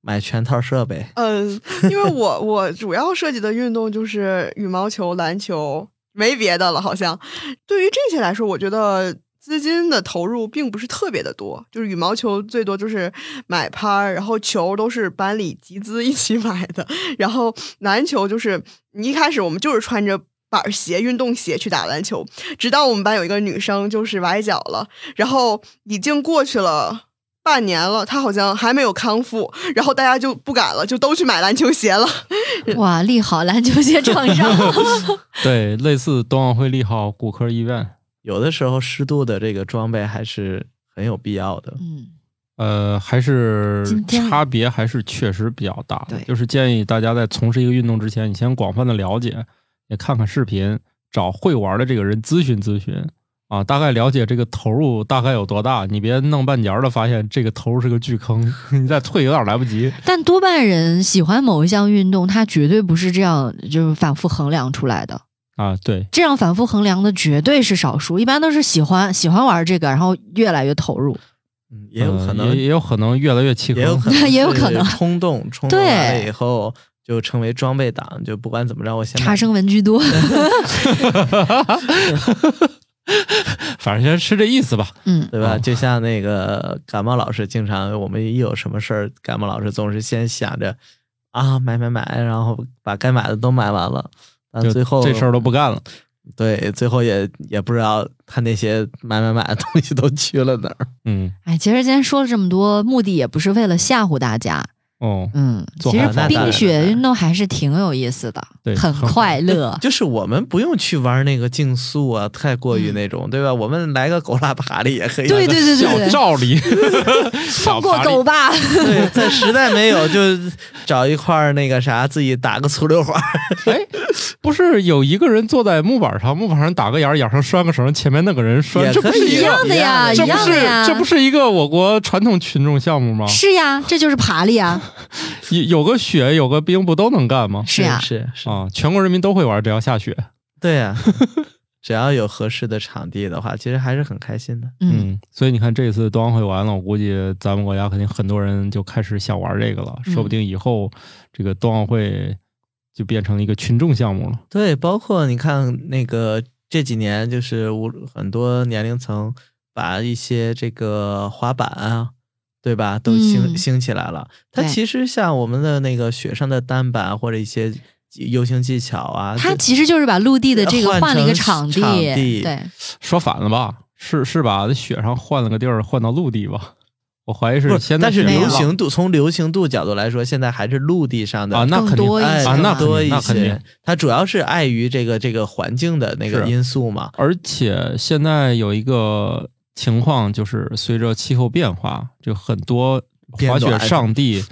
Speaker 1: 买全套设备？
Speaker 4: 嗯，因为我 我主要涉及的运动就是羽毛球、篮球，没别的了，好像。对于这些来说，我觉得资金的投入并不是特别的多，就是羽毛球最多就是买拍儿，然后球都是班里集资一起买的，然后篮球就是你一开始我们就是穿着。板鞋、运动鞋去打篮球，直到我们班有一个女生就是崴脚了，然后已经过去了半年了，她好像还没有康复，然后大家就不敢了，就都去买篮球鞋了。
Speaker 2: 哇，利好篮球鞋厂 商，
Speaker 3: 对，类似冬奥会利好骨科医院，
Speaker 1: 有的时候适度的这个装备还是很有必要的。
Speaker 2: 嗯，
Speaker 3: 呃，还是
Speaker 2: 今天
Speaker 3: 差别还是确实比较大的
Speaker 2: 对。
Speaker 3: 就是建议大家在从事一个运动之前，你先广泛的了解，也看看视频，找会玩的这个人咨询咨询啊，大概了解这个投入大概有多大。你别弄半截儿的，发现这个投入是个巨坑， 你再退有点来不及。
Speaker 2: 但多半人喜欢某一项运动，他绝对不是这样就是反复衡量出来的。
Speaker 3: 啊，对，
Speaker 2: 这样反复衡量的绝对是少数，一般都是喜欢喜欢玩这个，然后越来越投入。
Speaker 1: 嗯，也有
Speaker 3: 呃
Speaker 1: 可能，
Speaker 3: 也也有可能越来越弃
Speaker 1: 也有
Speaker 3: 坑
Speaker 1: 可。能，
Speaker 2: 也有可能
Speaker 1: 冲动，冲动
Speaker 2: 对
Speaker 1: 完了以后就成为装备党，就不管怎么着，我先买
Speaker 2: 差生文居多，
Speaker 3: 反正是这意思吧。
Speaker 2: 嗯，
Speaker 1: 对吧？
Speaker 3: 哦
Speaker 1: 就像那个感冒老师，经常我们一有什么事儿，感冒老师总是先想着啊买买买，然后把该买的都买完了，但
Speaker 3: 就
Speaker 1: 最后
Speaker 3: 这事儿都不干了。
Speaker 1: 对，最后也也不知道他那些买买买的东西都去了哪儿。
Speaker 3: 嗯，
Speaker 2: 哎，其实今天说了这么多，目的也不是为了吓唬大家，
Speaker 3: 哦，
Speaker 2: 嗯，
Speaker 3: 做
Speaker 2: 其
Speaker 3: 好
Speaker 2: 实
Speaker 1: 那当
Speaker 2: 冰
Speaker 1: 然
Speaker 2: 雪运动还是挺有意思的，
Speaker 3: 对
Speaker 2: 很
Speaker 3: 很
Speaker 2: 快 乐。
Speaker 1: 就是我们不用去玩那个竞速啊，太过于那种，对吧？我们来个狗拉爬的也可以。
Speaker 2: 嗯对对对对
Speaker 3: 小
Speaker 2: 对，
Speaker 3: 赵丽，
Speaker 2: 放过狗
Speaker 3: 吧。
Speaker 2: 吧，
Speaker 1: 对，在实在没有就找一块儿那个啥，自己打个醋溜滑。
Speaker 3: 哎，不是有一个人坐在木板上，木板上打个眼儿，眼上拴个绳，前面那个人拴，
Speaker 1: 也
Speaker 3: 这不
Speaker 1: 可
Speaker 3: 是
Speaker 1: 以啊
Speaker 3: 一
Speaker 2: 一
Speaker 3: 个，
Speaker 2: 样的呀，
Speaker 1: 一
Speaker 2: 一
Speaker 3: 这不
Speaker 2: 样
Speaker 3: 是
Speaker 2: 的呀，
Speaker 3: 这不是一个我国传统群众项目吗？
Speaker 2: 是呀，这就是爬犁呀，
Speaker 3: 有有个雪，有个冰，不都能干吗？
Speaker 2: 是呀，
Speaker 1: 是是
Speaker 3: 啊，全国人民都会玩，只要下雪。
Speaker 1: 对啊呀、 只要有合适的场地的话，其实还是很开心的。
Speaker 2: 嗯，
Speaker 3: 所以你看，这次冬奥会完了，我估计咱们国家肯定很多人就开始想玩这个了，
Speaker 2: 嗯
Speaker 3: 说不定以后这个冬奥会就变成一个群众项目了。
Speaker 1: 对，包括你看那个这几年，就是无很多年龄层把一些这个滑板啊，对吧，都兴、
Speaker 2: 嗯
Speaker 1: 兴起来了。它
Speaker 2: 对
Speaker 1: 其实像我们的那个雪上的单板或者一些游行技巧啊，
Speaker 2: 它
Speaker 1: 这
Speaker 2: 其实就是把陆地的这个
Speaker 1: 换
Speaker 2: 换了一个
Speaker 1: 成
Speaker 2: 场地，
Speaker 1: 场地
Speaker 2: 对，
Speaker 3: 说反了吧？是是把雪上换了个地儿，换到陆地吧？我怀疑
Speaker 1: 不
Speaker 3: 是
Speaker 1: 是，
Speaker 3: 先
Speaker 1: 但是
Speaker 3: 在雪上
Speaker 1: 流
Speaker 2: 了
Speaker 1: 行度从流行度角度来说，现在还是陆地上的
Speaker 3: 啊，那
Speaker 2: 更
Speaker 3: 肯定
Speaker 2: 多一
Speaker 1: 哎
Speaker 2: 些
Speaker 3: 啊，那
Speaker 2: 吧
Speaker 3: 肯
Speaker 1: 多
Speaker 3: 定
Speaker 1: 一
Speaker 3: 那肯定
Speaker 1: 些。。它主要是碍于这个这个环境的那个
Speaker 3: 是
Speaker 1: 因素嘛。
Speaker 3: 而且现在有一个情况，就是随着气候变化，就很多滑
Speaker 1: 变
Speaker 3: 雪
Speaker 1: 暖
Speaker 3: 圣地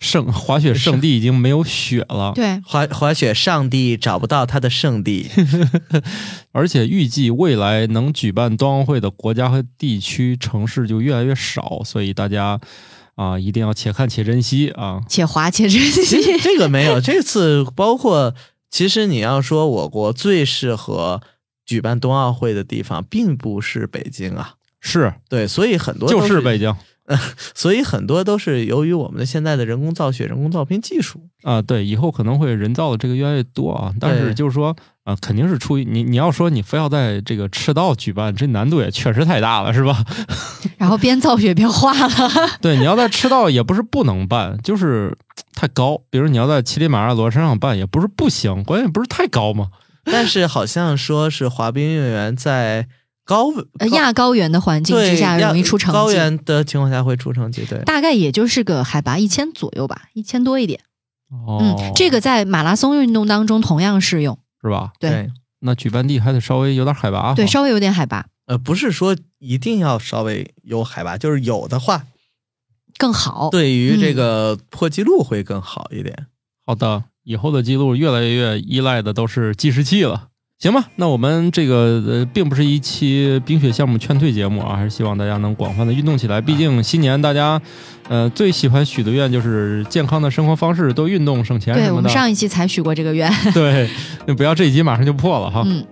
Speaker 3: 圣滑雪圣地已经没有雪了。
Speaker 2: 对，
Speaker 1: 滑滑雪上帝找不到他的圣地，
Speaker 3: 而且预计未来能举办冬奥会的国家和地区城市就越来越少，所以大家啊、一定要且看且珍惜啊。
Speaker 2: 且滑且珍
Speaker 1: 其实
Speaker 2: 惜。
Speaker 1: 这个没有。这次包括，其实你要说我国最适合举办冬奥会的地方，并不是北京啊。
Speaker 3: 是，
Speaker 1: 对，所以很多都
Speaker 3: 就是北京
Speaker 1: 所以很多都是由于我们的现在的人工造雪、人工造冰技术。
Speaker 3: 啊，对，以后可能会人造的这个越来越多啊。但是
Speaker 1: 对
Speaker 3: 就是说啊、肯定是出于你，你要说你非要在这个赤道举办，这难度也确实太大了，是吧？
Speaker 2: 然后边造雪边画了，
Speaker 3: 对，你要在赤道也不是不能办，就是太高。比如你要在乞力马扎罗山上办，也不是不行，关键不是太高嘛。
Speaker 1: 但是好像说是滑冰运动员在高温
Speaker 2: 呃，
Speaker 1: 高
Speaker 2: 亚高原的环境
Speaker 1: 对
Speaker 2: 之下
Speaker 1: 亚
Speaker 2: 容易出成
Speaker 1: 高
Speaker 2: 绩，
Speaker 1: 原的情况下会出成绩，对。
Speaker 2: 大概也就是个海拔一千左右吧，一千多一点。
Speaker 3: 哦，
Speaker 2: 嗯，这个在马拉松运动当中同样适用，
Speaker 3: 是吧？
Speaker 2: 对
Speaker 3: 那举办地还得稍微有点海拔哈。
Speaker 2: 对，稍微有点海拔
Speaker 1: 呃，不是说一定要稍微有海拔，就是有的话，
Speaker 2: 更好。
Speaker 1: 对于这
Speaker 2: 嗯
Speaker 1: 个破纪录会更好一点。
Speaker 3: 好的，以后的记录越来越依赖的都是计时器了。行吧，那我们这个呃，并不是一期冰雪项目劝退节目啊，还是希望大家能广泛的运动起来。毕
Speaker 2: 啊
Speaker 3: 竟新年大家，呃，最喜欢许的愿就是健康的生活方式，多运动省钱
Speaker 2: 对
Speaker 3: 什
Speaker 2: 我
Speaker 3: 么
Speaker 2: 们
Speaker 3: 的。
Speaker 2: 上一期才许过这个愿，
Speaker 3: 对，那不要这一集马上就破了哈。
Speaker 2: 嗯，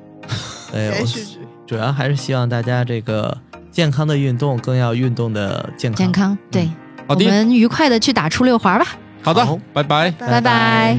Speaker 1: 对，
Speaker 4: 连
Speaker 1: 我
Speaker 4: 续剧
Speaker 1: 哎主要还是希望大家这个健康的运动，更要运动的健康。
Speaker 2: 健康。对，
Speaker 3: 好
Speaker 2: 我
Speaker 3: 的，
Speaker 2: 们愉快的去打出溜滑吧，
Speaker 3: 好的，
Speaker 1: 好
Speaker 3: 拜拜。
Speaker 2: 拜拜